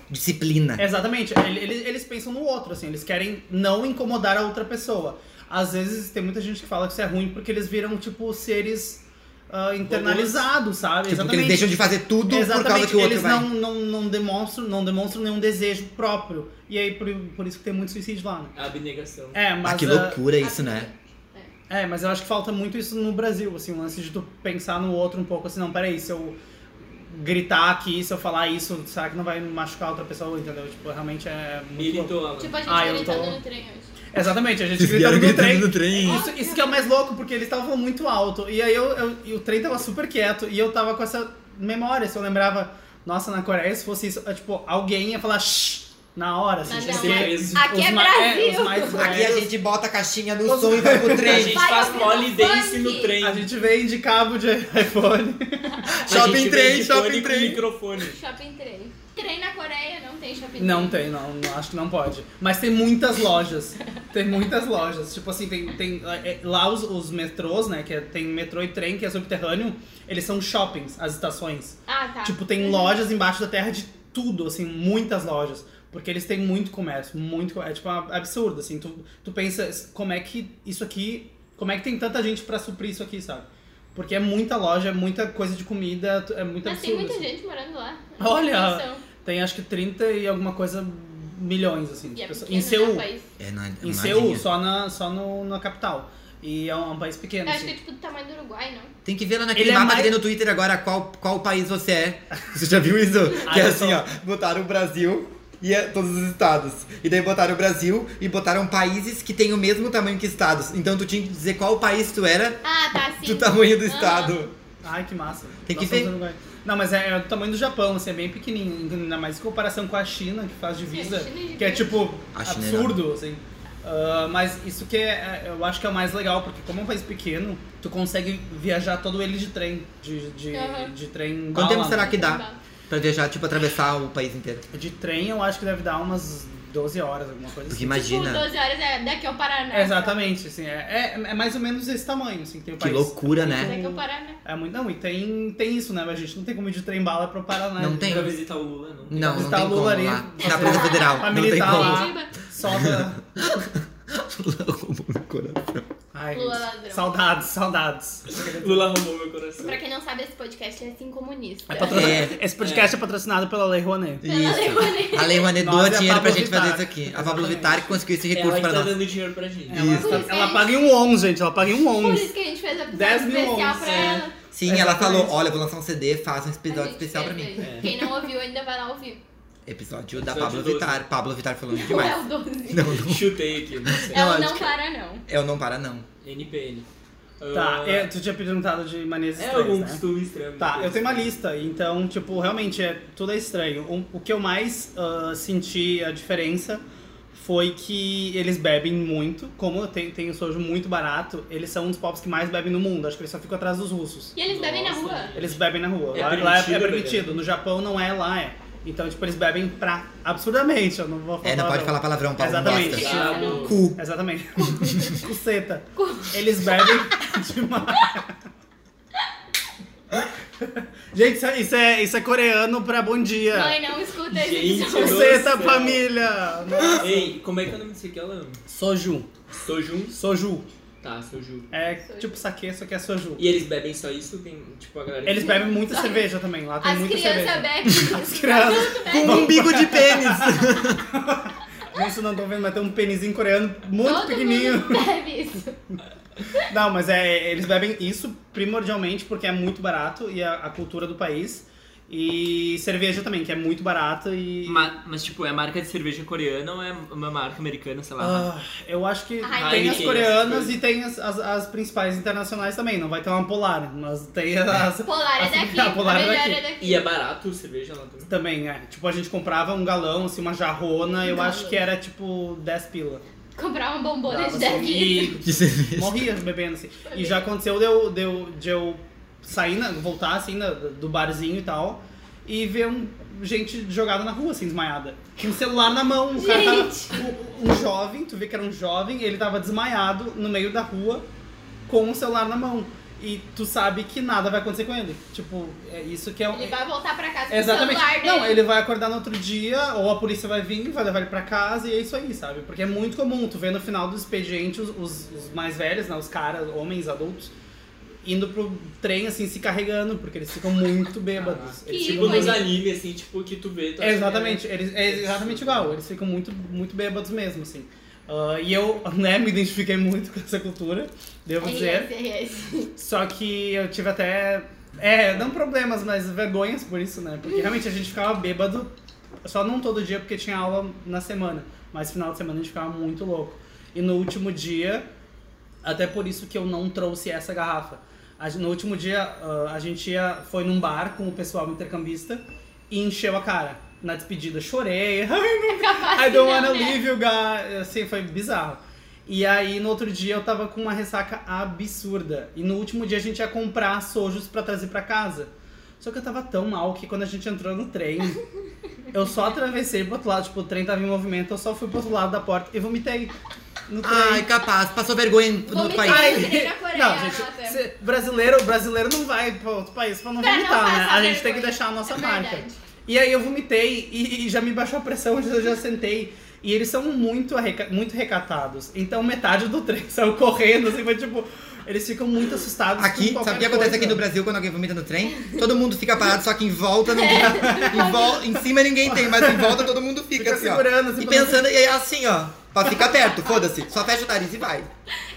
Speaker 1: disciplina.
Speaker 4: Exatamente. Ele- ele- Eles pensam no outro, assim, eles querem não incomodar a outra pessoa. Às vezes tem muita gente que fala que isso é ruim porque eles viram, tipo, seres ah, internalizados, sabe?
Speaker 1: Tipo, que eles deixam de fazer tudo por causa
Speaker 4: Exatamente,
Speaker 1: que o outro
Speaker 4: eles
Speaker 1: vai.
Speaker 4: não, não, não, demonstram, não demonstram nenhum desejo próprio. E aí, por, por isso que tem muito suicídio lá, né?
Speaker 2: A abnegação.
Speaker 4: É, mas.
Speaker 1: ah, que
Speaker 4: ah,
Speaker 1: loucura isso,
Speaker 4: (laughs)
Speaker 1: né?
Speaker 4: é, mas eu acho que falta muito isso no Brasil, assim, o lance de tu pensar no outro um pouco, assim, não, peraí, se eu gritar aqui, se eu falar isso, será que não vai machucar outra pessoa, entendeu? Tipo, realmente é muito louco.
Speaker 2: Militou lá, mano.
Speaker 3: Tipo, a gente
Speaker 4: Ah, eu
Speaker 3: gritando
Speaker 4: tô-
Speaker 3: no trem hoje.
Speaker 4: Exatamente, a gente gritando no trem.
Speaker 1: trem.
Speaker 4: Isso, isso que é o mais louco, porque eles estavam muito alto. E aí eu, eu- e o trem tava super quieto e eu tava com essa memória. Se eu lembrava, nossa, na Coreia, se fosse isso, é, tipo, alguém ia falar shh na hora, assim,
Speaker 3: Mas
Speaker 4: tipo,
Speaker 3: não,
Speaker 4: porque
Speaker 2: mas
Speaker 3: aqui
Speaker 4: os
Speaker 3: é
Speaker 4: ma-
Speaker 3: Brasil.
Speaker 4: os mais
Speaker 1: Aqui a
Speaker 4: velhos-
Speaker 1: gente bota a caixinha no som e
Speaker 4: (laughs)
Speaker 1: vai pro
Speaker 2: A
Speaker 1: trem.
Speaker 2: gente
Speaker 3: Vai
Speaker 2: faz
Speaker 3: ouvindo
Speaker 2: pole dance
Speaker 3: funk.
Speaker 2: no trem.
Speaker 4: a gente vem de cabo de (laughs) iPhone.
Speaker 2: A gente
Speaker 1: Shopping
Speaker 2: vende
Speaker 1: trem,
Speaker 2: fone
Speaker 1: shopping
Speaker 2: com
Speaker 1: trem.
Speaker 2: microfone.
Speaker 3: Shopping trem. Trem na Coreia não tem shopping
Speaker 4: Não
Speaker 3: trem.
Speaker 4: tem, não, não, acho que não pode. Mas tem muitas lojas. Tem muitas lojas. Tipo assim, tem, tem é, lá os, os metrôs, né? Que é- tem metrô e trem que é subterrâneo, eles são shoppings, as estações.
Speaker 3: Ah, tá.
Speaker 4: Tipo, tem lojas embaixo da terra de tudo, assim, muitas lojas. Porque eles têm muito comércio, muito. co- É tipo ab- absurdo, assim. Tu, tu pensa, "S- como é que isso aqui. Como é que tem tanta gente pra suprir isso aqui, sabe? Porque é muita loja, é muita coisa de comida, tu- é muito
Speaker 3: Mas tem
Speaker 4: absurdo.
Speaker 3: muita
Speaker 4: assim.
Speaker 3: gente morando lá.
Speaker 4: Olha!
Speaker 3: Não são.
Speaker 4: Tem acho que 30 e alguma coisa milhões, assim, de
Speaker 3: E é
Speaker 4: pessoas.
Speaker 3: pequeno,
Speaker 4: Em
Speaker 3: né, o
Speaker 4: Seul.
Speaker 3: país.
Speaker 1: É, não, é
Speaker 4: Em
Speaker 1: uma
Speaker 4: Seul,
Speaker 1: linha.
Speaker 4: só, na, só no, na capital. E é um, país pequeno.
Speaker 3: Eu acho que
Speaker 4: Assim.
Speaker 3: é tipo do tamanho do Uruguai, não?
Speaker 1: Tem que ver lá naquele
Speaker 4: Ele é
Speaker 1: mapa
Speaker 4: mais-
Speaker 1: que tem no Twitter agora qual, qual país você é. (laughs) Você já viu isso? que é
Speaker 4: Ah, eu
Speaker 1: assim,
Speaker 4: tô-
Speaker 1: ó, botaram o Brasil e é todos os estados. E daí botaram o Brasil e botaram países que têm o mesmo tamanho que estados. Então tu tinha que dizer qual país tu era
Speaker 3: Ah, tá, sim.
Speaker 1: do tamanho do
Speaker 3: Aham.
Speaker 1: estado.
Speaker 4: Ai, que massa.
Speaker 1: Tem que
Speaker 4: Nós somos
Speaker 1: ver.
Speaker 4: Uruguai. Não, mas é, é do tamanho do Japão, assim, é bem pequenininho. Ainda mais em comparação com a China, que faz divisa.
Speaker 3: Sim, a China é
Speaker 4: que é tipo,
Speaker 1: A China é
Speaker 4: absurdo, assim. Ah, mas isso que é, é- eu acho que é o mais legal, porque como é um país pequeno, tu consegue viajar todo ele de trem. De, de,
Speaker 3: Aham.
Speaker 4: de trem
Speaker 1: Quanto tempo
Speaker 4: bala,
Speaker 1: será
Speaker 4: né?
Speaker 1: que dá pra viajar, tipo, atravessar o país inteiro?
Speaker 4: De trem eu acho que deve dar umas 12 horas, alguma coisa
Speaker 1: Porque
Speaker 4: assim.
Speaker 3: Tipo,
Speaker 1: imagina,
Speaker 3: 12 horas é daqui ao Paraná.
Speaker 4: Exatamente, assim, é, é, é mais ou menos esse tamanho, assim, que tem o
Speaker 1: que
Speaker 4: país.
Speaker 1: loucura, né?
Speaker 3: Daqui ao Paraná.
Speaker 4: É muito. Não, e tem, tem isso, né? A gente não tem como ir de trem bala pro Paraná.
Speaker 1: Não
Speaker 4: né?
Speaker 1: tem.
Speaker 2: Pra visitar o Lula, não.
Speaker 1: Não, não
Speaker 4: Visitar
Speaker 1: tem
Speaker 4: o
Speaker 1: como
Speaker 4: Lula
Speaker 1: lá.
Speaker 4: ali,
Speaker 1: Na
Speaker 4: fazer-
Speaker 1: Polícia Federal,
Speaker 4: pra
Speaker 1: não tem
Speaker 4: militar
Speaker 1: como. (laughs)
Speaker 4: lá.
Speaker 3: Curitiba.
Speaker 4: Solta.
Speaker 1: Lula no coração.
Speaker 4: Ai,
Speaker 3: Lula
Speaker 4: gente,
Speaker 3: ladrão.
Speaker 4: Saudades, saudades.
Speaker 2: Lula roubou meu coração.
Speaker 3: Pra quem não sabe, esse podcast é assim comunista.
Speaker 4: É patro-
Speaker 1: É.
Speaker 4: Esse podcast é. patrocinado pela Lei Rouanet.
Speaker 3: Pela Lei
Speaker 1: Isso.
Speaker 3: Rouanet.
Speaker 1: A Lei Rouanet doa
Speaker 4: Nós e a
Speaker 1: dinheiro pra
Speaker 4: Pablo
Speaker 1: gente fazer
Speaker 4: Vittar. então
Speaker 1: isso aqui. A Pablo Vittar que conseguiu esse
Speaker 2: Ela
Speaker 1: recurso
Speaker 2: que
Speaker 1: pra
Speaker 2: tá
Speaker 1: nós.
Speaker 2: dando dinheiro pra gente.
Speaker 4: Ela,
Speaker 1: Isso.
Speaker 4: tá- ela paga em um 11, gente. Ela paga em um
Speaker 3: Por
Speaker 4: 11.
Speaker 3: isso que a gente fez a
Speaker 4: Dez mil
Speaker 3: especial
Speaker 4: onze,
Speaker 3: pra
Speaker 4: é.
Speaker 3: ela.
Speaker 1: Sim, ela
Speaker 4: Exatamente.
Speaker 1: falou, olha, eu vou lançar um CD, faça um
Speaker 3: A
Speaker 1: episódio
Speaker 3: gente
Speaker 1: especial pra
Speaker 3: fez
Speaker 1: mim.
Speaker 3: aí. Quem não ouviu ainda vai lá ouvir.
Speaker 1: Episódio da
Speaker 2: Episódio
Speaker 1: Pablo
Speaker 2: 12.
Speaker 1: Vittar. Pablo Vittar falando
Speaker 3: (laughs) Não é
Speaker 1: demais.
Speaker 3: o 12.
Speaker 1: Não, não. (laughs)
Speaker 2: Chutei aqui, não sei.
Speaker 1: eu
Speaker 3: Ela
Speaker 1: acho
Speaker 3: não
Speaker 1: que-
Speaker 3: para, não.
Speaker 1: Eu não para, não.
Speaker 2: NPN. Ah,
Speaker 4: Tá, é, tu tinha perguntado de maneiras
Speaker 2: É
Speaker 4: estranhas,
Speaker 2: algum
Speaker 4: né?
Speaker 2: costume estranho.
Speaker 4: Tá, eu tenho uma lista, então, tipo, realmente é tudo é estranho. O, o que eu mais ah, senti a diferença foi que eles bebem muito. Como eu tenho, tenho um sojo muito barato, eles são um dos povos que mais bebem no mundo. Acho que eles só ficam atrás dos russos.
Speaker 3: E eles bebem na
Speaker 2: Nossa,
Speaker 3: rua.
Speaker 4: Eles bebem na rua.
Speaker 2: É
Speaker 4: lá, lá é- é,
Speaker 2: permitido beber.
Speaker 4: permitido. No Japão não é, lá é. Então, tipo, eles bebem pra. absurdamente. Eu não vou falar.
Speaker 1: É, não pode
Speaker 4: palavrão.
Speaker 1: falar palavrão, Paulo, não
Speaker 4: Exatamente.
Speaker 1: gosta.
Speaker 2: Gabo.
Speaker 1: Cu.
Speaker 4: Exatamente. (laughs) Cuceta.
Speaker 3: (laughs)
Speaker 4: Eles bebem demais. Gente, isso é- isso é, isso é coreano pra bom dia.
Speaker 3: Mãe, não é escuta esse
Speaker 2: Gente,
Speaker 3: episódio.
Speaker 4: Cuceta,
Speaker 2: Nossa.
Speaker 4: família.
Speaker 2: Ei, como é que é o nome disso aqui? Ela
Speaker 4: Soju.
Speaker 2: Sojun?
Speaker 4: Soju.
Speaker 2: Tá, Soju.
Speaker 4: É tipo saque, só que é soju.
Speaker 2: E eles bebem só isso? Tem, tipo, a galera...
Speaker 4: Eles bebem muita cerveja também. Lá tem
Speaker 3: As
Speaker 4: muita
Speaker 3: crianças
Speaker 4: cerveja.
Speaker 3: bebem.
Speaker 4: As crianças.
Speaker 1: Com um umbigo de pênis.
Speaker 4: Gente, vocês não estão vendo, mas tem um penizinho coreano muito
Speaker 3: Todo
Speaker 4: pequenininho.
Speaker 3: mundo bebe isso.
Speaker 4: Não, mas é, eles bebem isso primordialmente porque é muito barato e é a cultura do país. E cerveja também, que é muito barata e.
Speaker 2: Ma- mas, tipo, é a marca de cerveja coreana ou é uma marca americana, sei lá?
Speaker 4: Ah, eu acho que
Speaker 3: Ai,
Speaker 4: tem
Speaker 2: Heineken,
Speaker 4: as coreanas
Speaker 2: essas coisas.
Speaker 4: e tem as, as, as principais internacionais também. Não vai ter uma polar, mas
Speaker 3: (laughs)
Speaker 4: tem as.
Speaker 3: Polar é
Speaker 4: Assim,
Speaker 3: daqui.
Speaker 4: a Polar é
Speaker 3: melhor
Speaker 4: daqui.
Speaker 3: é daqui.
Speaker 2: E é barato cerveja lá também?
Speaker 4: Também, é. Tipo, a gente comprava um galão, assim, uma jarrona, eu
Speaker 3: Um Galão.
Speaker 4: acho que era tipo 10 pila.
Speaker 3: Comprar uma bombona
Speaker 4: Dava,
Speaker 3: de
Speaker 4: assim,
Speaker 3: 10 litros.
Speaker 4: e
Speaker 1: Que cerveja.
Speaker 4: morria bebendo, assim. E já aconteceu de eu, de eu, de eu sair, na- voltar, assim, na- do barzinho e tal, e ver um, gente jogada na rua, assim, desmaiada. Com um celular na mão, o cara tava,
Speaker 3: Gente!
Speaker 4: um- um jovem, tu vê que era um jovem, ele tava desmaiado no meio da rua, com um celular na mão. E tu sabe que nada vai acontecer com ele. Tipo, é isso que é um...
Speaker 3: Ele vai voltar pra casa
Speaker 4: (laughs) Exatamente.
Speaker 3: com o celular dele.
Speaker 4: Não, ele vai acordar no outro dia, ou a polícia vai vir, vai levar ele pra casa, e é isso aí, sabe? Porque é muito comum, tu vê no final do expediente os, os- os mais velhos, né? Os caras, homens, adultos, indo pro trem, assim, se carregando, porque eles ficam muito bêbados.
Speaker 3: Ah, Que
Speaker 4: Eles
Speaker 2: Tipo,
Speaker 4: ficam
Speaker 3: ícone.
Speaker 2: nos
Speaker 4: muito...
Speaker 2: animes, assim, tipo, que tu vê... tu
Speaker 4: É
Speaker 2: acha que
Speaker 4: Exatamente, eles, é exatamente igual, eles ficam muito, muito bêbados mesmo, assim. Ah, e eu, (laughs) né, me identifiquei muito com essa cultura, devo dizer.
Speaker 3: RS, (laughs) RS.
Speaker 4: Só que eu tive até. É, não problemas, mas vergonhas por isso, né? Porque realmente a gente ficava bêbado, só não todo dia, porque tinha aula na semana. Mas final de semana a gente ficava muito louco. E no último dia, até por isso que eu não trouxe essa garrafa. A gen- No último dia, ah, a gente ia, foi num bar com o pessoal intercambista e encheu a cara. Na despedida, chorei. (laughs)
Speaker 3: É Capaz
Speaker 4: I
Speaker 3: que não,
Speaker 4: don't wanna
Speaker 3: né?
Speaker 4: leave you guys. Assim, foi bizarro. E aí, no outro dia, eu tava com uma ressaca absurda. E no último dia, a gente ia comprar sojos pra trazer pra casa. Só que eu tava tão mal que quando a gente entrou no
Speaker 3: (laughs)
Speaker 4: trem, eu só atravessei pro outro lado. Tipo, o trem tava em movimento, eu só fui pro outro lado da porta e vomitei no trem.
Speaker 1: Ai, capaz. Passou vergonha no
Speaker 3: Vomitar.
Speaker 1: país.
Speaker 3: Eu entrei na Coreia,
Speaker 4: não, gente,
Speaker 3: nossa.
Speaker 4: cê- brasileiro, brasileiro não vai pra outro país pra não
Speaker 3: Pra não
Speaker 4: vomitar, né?
Speaker 3: passar
Speaker 4: A gente tem que
Speaker 3: vergonha.
Speaker 4: deixar a nossa
Speaker 3: É
Speaker 4: marca.
Speaker 3: verdade.
Speaker 4: E aí eu vomitei e, e já me baixou a pressão, eu já sentei. E eles são muito, arreca- muito recatados. Então metade do trem (laughs) saiu correndo, assim, foi tipo. Eles ficam muito assustados.
Speaker 1: Aqui, sabe
Speaker 4: com
Speaker 1: o que
Speaker 4: qualquer
Speaker 1: acontece
Speaker 4: coisa.
Speaker 1: aqui no Brasil quando alguém vomita no trem? Todo mundo fica parado, só que em volta ninguém. Em, vol- em cima ninguém tem, mas em volta todo mundo fica,
Speaker 4: Fica
Speaker 1: assim,
Speaker 4: segurando,
Speaker 1: ó.
Speaker 4: assim,
Speaker 1: e
Speaker 4: pra não-
Speaker 1: pensando, e aí, assim, ó. Pra ficar perto, foda-se. Só fecha o nariz e vai.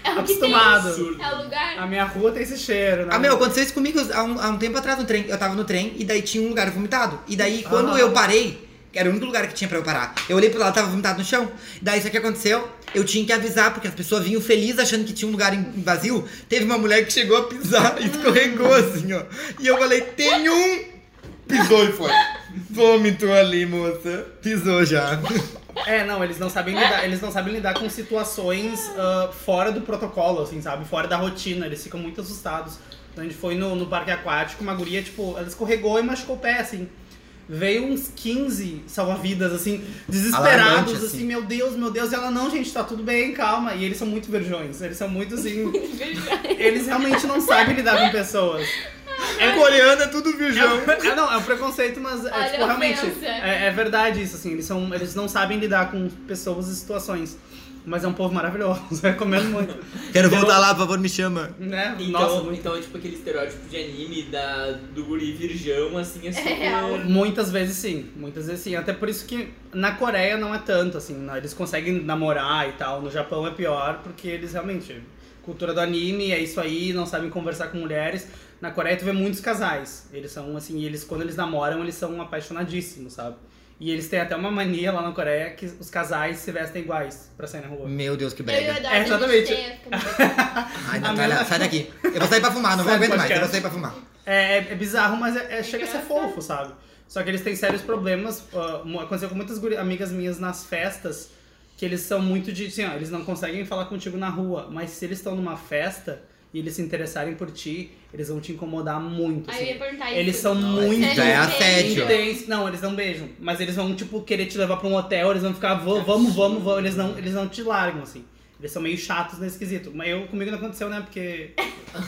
Speaker 3: É o que tem.
Speaker 4: Acostumado. Ah,
Speaker 2: absurdo.
Speaker 3: É o lugar.
Speaker 4: A minha rua tem esse cheiro, né?
Speaker 1: Ah, meu, aconteceu isso comigo há um, há um tempo atrás no trem. Eu tava no trem e daí tinha um lugar vomitado. E daí, quando
Speaker 4: Ah.
Speaker 1: eu parei, que era o único lugar que tinha pra eu parar, eu olhei pro lado, tava vomitado no chão. Daí, isso que aconteceu, eu tinha que avisar, porque as pessoas vinham felizes achando que tinha um lugar em- vazio. Teve uma mulher que chegou a pisar e escorregou assim, ó. E eu falei, tem um! Pisou e foi. Vômito ali, moça. Pisou já.
Speaker 4: É, não, eles não sabem lidar, eles não sabem lidar com situações ah, fora do protocolo, assim, sabe? Fora da rotina, eles ficam muito assustados. Então, A gente foi no, no parque aquático, uma guria, tipo, ela escorregou e machucou o pé, assim. Veio uns 15 salva-vidas, assim,
Speaker 1: Alarmante,
Speaker 4: desesperados,
Speaker 1: assim.
Speaker 4: assim. meu Deus, meu Deus. E ela, não, gente, tá tudo bem, calma. E eles são muito verjões, eles são muito, assim... eles realmente não sabem lidar com pessoas.
Speaker 1: É coreana, tudo
Speaker 4: É, (laughs)
Speaker 1: virgão.
Speaker 4: um- é, não, é um preconceito, mas é,
Speaker 3: Olha
Speaker 4: tipo,
Speaker 3: a
Speaker 4: realmente
Speaker 3: ofensa.
Speaker 4: é, é verdade isso, assim. Eles, são, eles não sabem lidar com pessoas e situações. Mas é um povo maravilhoso, (laughs) recomendo muito.
Speaker 1: Quero voltar lá, por favor, me chama.
Speaker 4: né?
Speaker 2: Então,
Speaker 4: Nossa, muito-
Speaker 2: então, tipo, aquele estereótipo de anime da, do guri virgão, assim, é super...
Speaker 3: real.
Speaker 4: Muitas vezes sim, muitas vezes sim. Até por isso que na Coreia não é tanto, assim, né? eles conseguem namorar e tal. No Japão é pior, porque eles realmente. Cultura do anime é isso aí, não sabem conversar com mulheres. Na Coreia tu vê muitos casais. Eles são assim, eles quando eles namoram, eles são apaixonadíssimos, sabe? E eles têm até uma mania lá na Coreia que os casais se vestem iguais pra sair na rua.
Speaker 1: Meu Deus, que
Speaker 3: Eu e o
Speaker 1: brega.
Speaker 3: Eduardo,
Speaker 4: É, exatamente.
Speaker 3: a gente tem a camisa.
Speaker 1: Ai, Natália, sai daqui. Eu vou sair pra fumar, não vou
Speaker 4: Sai do
Speaker 1: aguento mais. Eu vou
Speaker 4: podcast.
Speaker 1: sair pra fumar.
Speaker 4: É, é bizarro, mas é- é- chega a ser
Speaker 3: engraçado.
Speaker 4: fofo, sabe? Só que eles têm sérios problemas. ah, mu- aconteceu com muitas guri- amigas minhas nas festas que eles são muito de. Assim, ó, eles não conseguem falar contigo na rua, mas se eles estão numa festa e eles se interessarem por ti, eles vão te incomodar muito.
Speaker 3: Aí eu
Speaker 4: Assim.
Speaker 3: ia perguntar isso.
Speaker 4: Eles são
Speaker 2: Nossa,
Speaker 4: muito
Speaker 1: Já é assédio.
Speaker 4: intensos. Não, eles não beijam. Mas eles vão, tipo, querer te levar pra um hotel, eles vão ficar, "Vô- vamos, vamos, vamos. Eles não, eles não te largam, assim. Eles são meio chatos nesse quesito. Mas eu, comigo não aconteceu, né? Porque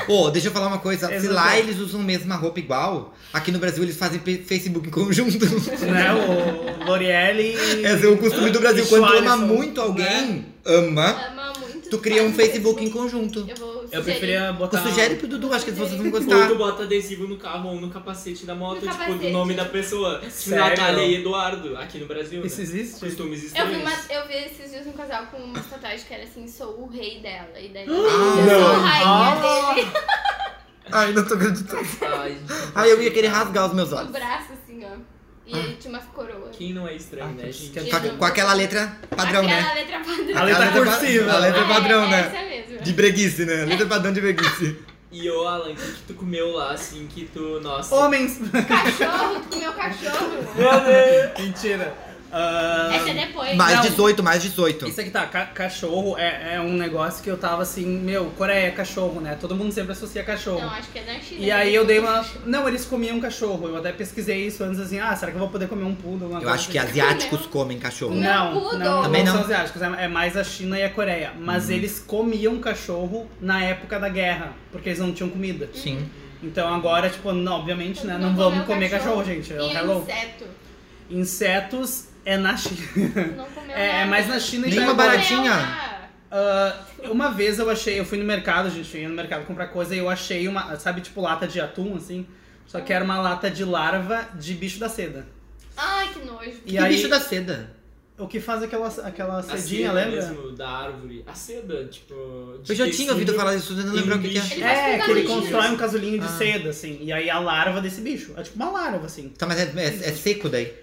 Speaker 1: Pô, deixa eu falar uma coisa. Se
Speaker 4: Exato.
Speaker 1: lá eles usam a mesma roupa igual, aqui no Brasil eles fazem pe- Facebook em conjunto. (laughs)
Speaker 4: né? O Lorielli.
Speaker 1: Esse é o costume do Brasil.
Speaker 4: E
Speaker 1: Quando tu
Speaker 4: Schwarzenegger,
Speaker 1: ama muito alguém, ama,
Speaker 3: Ama muito.
Speaker 1: tu cria um
Speaker 3: faz
Speaker 1: Facebook em conjunto.
Speaker 3: Eu vou
Speaker 4: Eu
Speaker 3: sugerir.
Speaker 4: preferia
Speaker 1: Tu
Speaker 4: botar.
Speaker 1: sugere pro Dudu, acho que vocês vão
Speaker 2: Ou
Speaker 1: gostar.
Speaker 2: tu bota adesivo no carro ou no capacete da moto,
Speaker 3: No
Speaker 2: tipo,
Speaker 3: capacete.
Speaker 2: do nome da pessoa. Tipo,
Speaker 4: Sério?
Speaker 2: Natália e Eduardo, aqui no Brasil,
Speaker 4: Isso
Speaker 2: né?
Speaker 4: existe?
Speaker 2: Costumes
Speaker 3: Eu vi,
Speaker 2: estranhos.
Speaker 3: uma, eu vi esses dias um casal com uma tatuagem que era assim, sou o rei dela. E
Speaker 4: (gasps)
Speaker 3: daí,
Speaker 1: Ah,
Speaker 3: eu sou a
Speaker 1: não.
Speaker 3: rainha
Speaker 4: Ah.
Speaker 3: dele.
Speaker 1: Ai, não tô acreditando. (laughs)
Speaker 2: Ai, gente,
Speaker 1: Ai, Ah, eu ia querer rasgar os meus
Speaker 3: O
Speaker 1: olhos.
Speaker 3: braço assim, ó. E ele tinha uma coroa.
Speaker 2: Quem não é estranho,
Speaker 4: Ah,
Speaker 2: né,
Speaker 4: Ah. que-
Speaker 2: gente?
Speaker 4: que-
Speaker 1: Com, a- com aquela letra padrão,
Speaker 3: Aquela
Speaker 1: né?
Speaker 3: letra padrão.
Speaker 4: A letra
Speaker 1: pa-
Speaker 4: cursiva.
Speaker 1: A letra
Speaker 3: Ah,
Speaker 1: padrão,
Speaker 3: é,
Speaker 1: né?
Speaker 3: Essa mesmo.
Speaker 1: De breguice, né? Letra padrão de breguice.
Speaker 2: E ô, Alan, o que, que tu comeu lá, assim, que tu... Nossa,
Speaker 3: (laughs)
Speaker 4: (laughs) Homens!
Speaker 3: Cachorro, tu comeu cachorro.
Speaker 4: Mentira. (laughs) Ah,
Speaker 3: Essa é depois.
Speaker 1: Mais
Speaker 4: Não.
Speaker 1: 18, mais 18.
Speaker 4: Isso aqui tá, ca- cachorro é, é um negócio que eu tava assim, meu, Coreia, cachorro, né? Todo mundo sempre associa cachorro.
Speaker 3: Não, acho que é na China.
Speaker 4: E aí eu dei uma. Não, eles comiam cachorro. Eu até pesquisei isso antes assim, ah, será que eu vou poder comer um poodle? Alguma
Speaker 1: Eu
Speaker 4: coisa
Speaker 1: acho que
Speaker 4: assim.
Speaker 1: asiáticos comem cachorro.
Speaker 3: Não.
Speaker 4: Não,
Speaker 3: um poodle.
Speaker 4: não,
Speaker 1: Também
Speaker 4: não são
Speaker 1: não. Uhum.
Speaker 4: asiáticos, é é mais a China e a Coreia. Mas eles comiam cachorro na época da guerra, porque eles não tinham comida.
Speaker 1: Sim.
Speaker 4: Então agora, tipo, não, obviamente, né?
Speaker 3: Não
Speaker 4: Não,
Speaker 3: comeu
Speaker 4: vamos comer
Speaker 3: cachorro.
Speaker 4: cachorro, gente.
Speaker 3: E
Speaker 4: É o
Speaker 3: o
Speaker 4: hello. (laughs)
Speaker 3: inseto.
Speaker 4: Insetos é na China. (laughs)
Speaker 3: Não comeu
Speaker 4: É,
Speaker 3: nada.
Speaker 4: é mais na China e
Speaker 1: Nenhuma
Speaker 4: Taiwan.
Speaker 1: baratinha.
Speaker 3: Baratinha.
Speaker 4: Ah, uma vez eu achei, eu fui no mercado, gente, eu ia no mercado comprar coisa e eu achei uma, sabe, tipo lata de atum, assim? Só que era uma lata de larva de bicho da seda.
Speaker 3: Ai, que nojo.
Speaker 4: E
Speaker 1: E
Speaker 4: aí,
Speaker 1: bicho da seda?
Speaker 4: o que faz aquela, aquela
Speaker 2: a
Speaker 4: cedinha,
Speaker 2: seda
Speaker 4: lembra?
Speaker 2: mesmo, da árvore. A seda, tipo... de
Speaker 1: Eu já tinha
Speaker 2: tecido.
Speaker 1: ouvido falar disso, eu não
Speaker 2: e
Speaker 1: lembro
Speaker 2: um
Speaker 1: o que, que é.
Speaker 2: bicho.
Speaker 3: Ele faz
Speaker 4: É,
Speaker 3: com
Speaker 4: que ele
Speaker 3: galinhas.
Speaker 4: constrói um casulinho de
Speaker 1: Ah.
Speaker 4: seda, assim. E aí a larva desse bicho. É tipo uma larva, assim.
Speaker 1: Tá, mas é, é- é seco daí.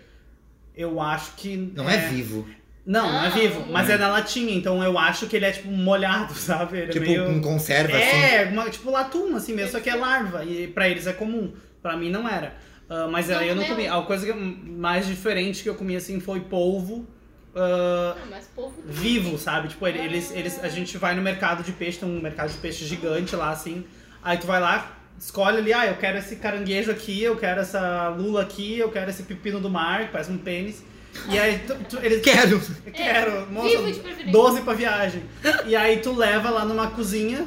Speaker 4: Eu acho que.
Speaker 1: Não é, vivo.
Speaker 4: Não, não é
Speaker 3: Não.
Speaker 4: vivo. Mas é na latinha, então eu acho que ele é tipo molhado, (laughs) sabe? Ele
Speaker 1: tipo,
Speaker 4: é meio.
Speaker 1: com conserva, assim.
Speaker 4: É, uma- tipo latum, assim mesmo, só que é larva. E pra eles é comum. Pra mim não era. Ah, mas
Speaker 3: Não né?
Speaker 4: aí eu não
Speaker 3: comeu?
Speaker 4: comi. A coisa que eu- mais diferente que eu comi assim foi polvo. ah,
Speaker 3: Ah, mas povo.
Speaker 4: vivo, sabe? Tipo, ele- eles,
Speaker 3: Ah.
Speaker 4: eles, a gente vai no mercado de peixe, tem um mercado de peixe gigante lá, assim. Aí tu vai lá, escolhe ali, ah, eu quero esse caranguejo aqui, eu quero essa lula aqui, eu quero esse pepino do mar, que parece um pênis. E aí tu, tu- eles
Speaker 1: Quero.
Speaker 4: Quero,
Speaker 3: É, Vivo
Speaker 4: moça,
Speaker 3: de preferência.
Speaker 4: 12 pra viagem. E aí tu leva lá numa cozinha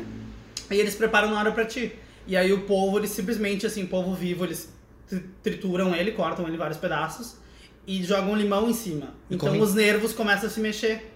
Speaker 4: e eles preparam na hora pra ti. E aí o polvo, eles simplesmente, assim, polvo vivo, eles tri- trituram ele, cortam ele em vários pedaços e jogam limão em cima.
Speaker 1: E
Speaker 4: então
Speaker 1: comem.
Speaker 4: os nervos começam a se mexer.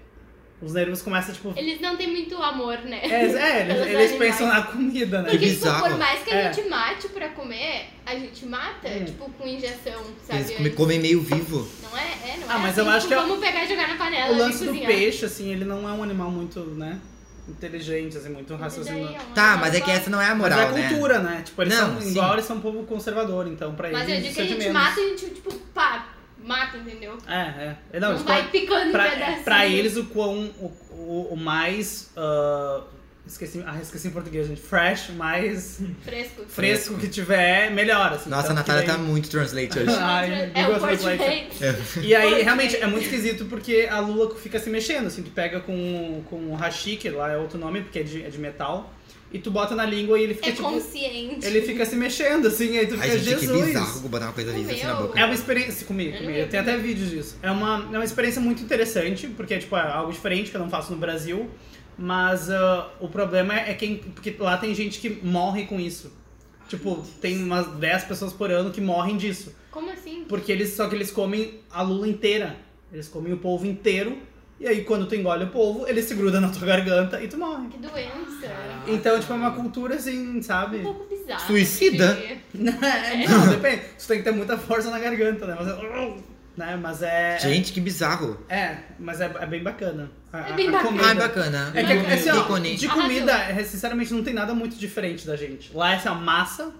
Speaker 4: Os nervos começam, tipo.
Speaker 3: Eles não têm muito amor, né?
Speaker 4: É,
Speaker 3: (laughs) Pelos
Speaker 4: é, eles, eles
Speaker 3: animais.
Speaker 4: pensam na comida, né?
Speaker 1: Que
Speaker 3: Porque, tipo,
Speaker 1: bizarro.
Speaker 3: por mais que a
Speaker 4: É. Hum.
Speaker 3: gente mate pra comer, a gente mata, tipo, com injeção, sabe? é
Speaker 1: Eles come- comem meio vivo.
Speaker 3: Não é? É, não
Speaker 4: Ah,
Speaker 3: é
Speaker 4: mas
Speaker 3: assim,
Speaker 4: eu
Speaker 3: tipo,
Speaker 4: acho que é-
Speaker 3: Vamos pegar e jogar na panela
Speaker 4: O
Speaker 3: e
Speaker 4: lance do
Speaker 3: cozinhar.
Speaker 4: peixe, assim, ele não é um animal muito, né? Inteligente, assim, muito
Speaker 3: Isso daí
Speaker 4: raciocinado.
Speaker 3: é uma
Speaker 1: Tá,
Speaker 3: nova-
Speaker 1: mas é que essa não é a
Speaker 4: Mas
Speaker 1: moral, né?
Speaker 4: é a cultura, né? Tipo, eles
Speaker 1: Não,
Speaker 4: são
Speaker 1: sim.
Speaker 4: igual, eles são um povo conservador, então pra
Speaker 3: Mas
Speaker 4: eles.
Speaker 3: eu digo que
Speaker 4: isso
Speaker 3: a
Speaker 4: é de
Speaker 3: gente
Speaker 4: menos.
Speaker 3: mata e a gente, tipo, pá, mata, entendeu?
Speaker 4: É, é. Não,
Speaker 3: Não,
Speaker 4: tipo,
Speaker 3: vai picando em
Speaker 4: pra, é,
Speaker 3: pedacinho.
Speaker 4: pra eles o quão o, o, o mais. ah, esqueci, ah, esqueci em português, gente. Fresh, mais
Speaker 3: Fresco.
Speaker 4: fresco que tiver, melhor. Assim,
Speaker 1: Nossa,
Speaker 4: Então,
Speaker 1: a Natália
Speaker 4: que
Speaker 1: tá
Speaker 4: daí-
Speaker 1: muito translate
Speaker 4: (laughs)
Speaker 1: hoje.
Speaker 4: Ai,
Speaker 3: é
Speaker 4: Google
Speaker 3: o
Speaker 4: Translate.
Speaker 3: portrait.
Speaker 4: E aí,
Speaker 3: Português.
Speaker 4: realmente, é muito esquisito porque a lula fica se mexendo, assim, tu pega com, com o hashi, que lá é outro nome, porque é de, é de metal, e tu bota na língua e ele fica,
Speaker 3: É
Speaker 4: tipo,
Speaker 3: consciente.
Speaker 4: ele fica se mexendo, assim, aí tu fica,
Speaker 1: Ai, gente, que
Speaker 4: Jesus!
Speaker 1: bizarro botar uma coisa viva assim na
Speaker 3: Comeu.
Speaker 1: boca.
Speaker 4: É uma experiência comigo,
Speaker 3: Eu não
Speaker 4: comigo.
Speaker 3: ia
Speaker 4: Eu tenho até vídeos disso. É uma, é uma experiência muito interessante, porque tipo, é algo diferente que eu não faço no Brasil. Mas ah, o problema é quem. Porque lá tem gente que morre com isso. Tipo, tem umas 10 pessoas por ano que morrem disso.
Speaker 3: Como assim?
Speaker 4: Porque eles. Só que eles comem a lula inteira. Eles comem o polvo inteiro. E aí, quando tu engole o polvo, ele se gruda na tua garganta e tu morre.
Speaker 3: Que doença.
Speaker 2: Caraca.
Speaker 4: Então, tipo, é uma cultura assim, sabe? (laughs) É,
Speaker 3: Um pouco bizarro.
Speaker 1: Suicida?
Speaker 3: eu diria.
Speaker 4: Não, depende. Tu tem que ter muita força na garganta, né? Mas, é- né? Mas é.
Speaker 1: Gente, que bizarro.
Speaker 4: É, mas é, é bem bacana. A,
Speaker 3: É bem
Speaker 4: a- a
Speaker 3: bacana.
Speaker 4: comida.
Speaker 1: Ai, Ah, bacana.
Speaker 4: É que assim, ó,
Speaker 1: Ícone.
Speaker 4: de comida, é, sinceramente, não tem nada muito diferente da gente. Lá é essa massa, assim,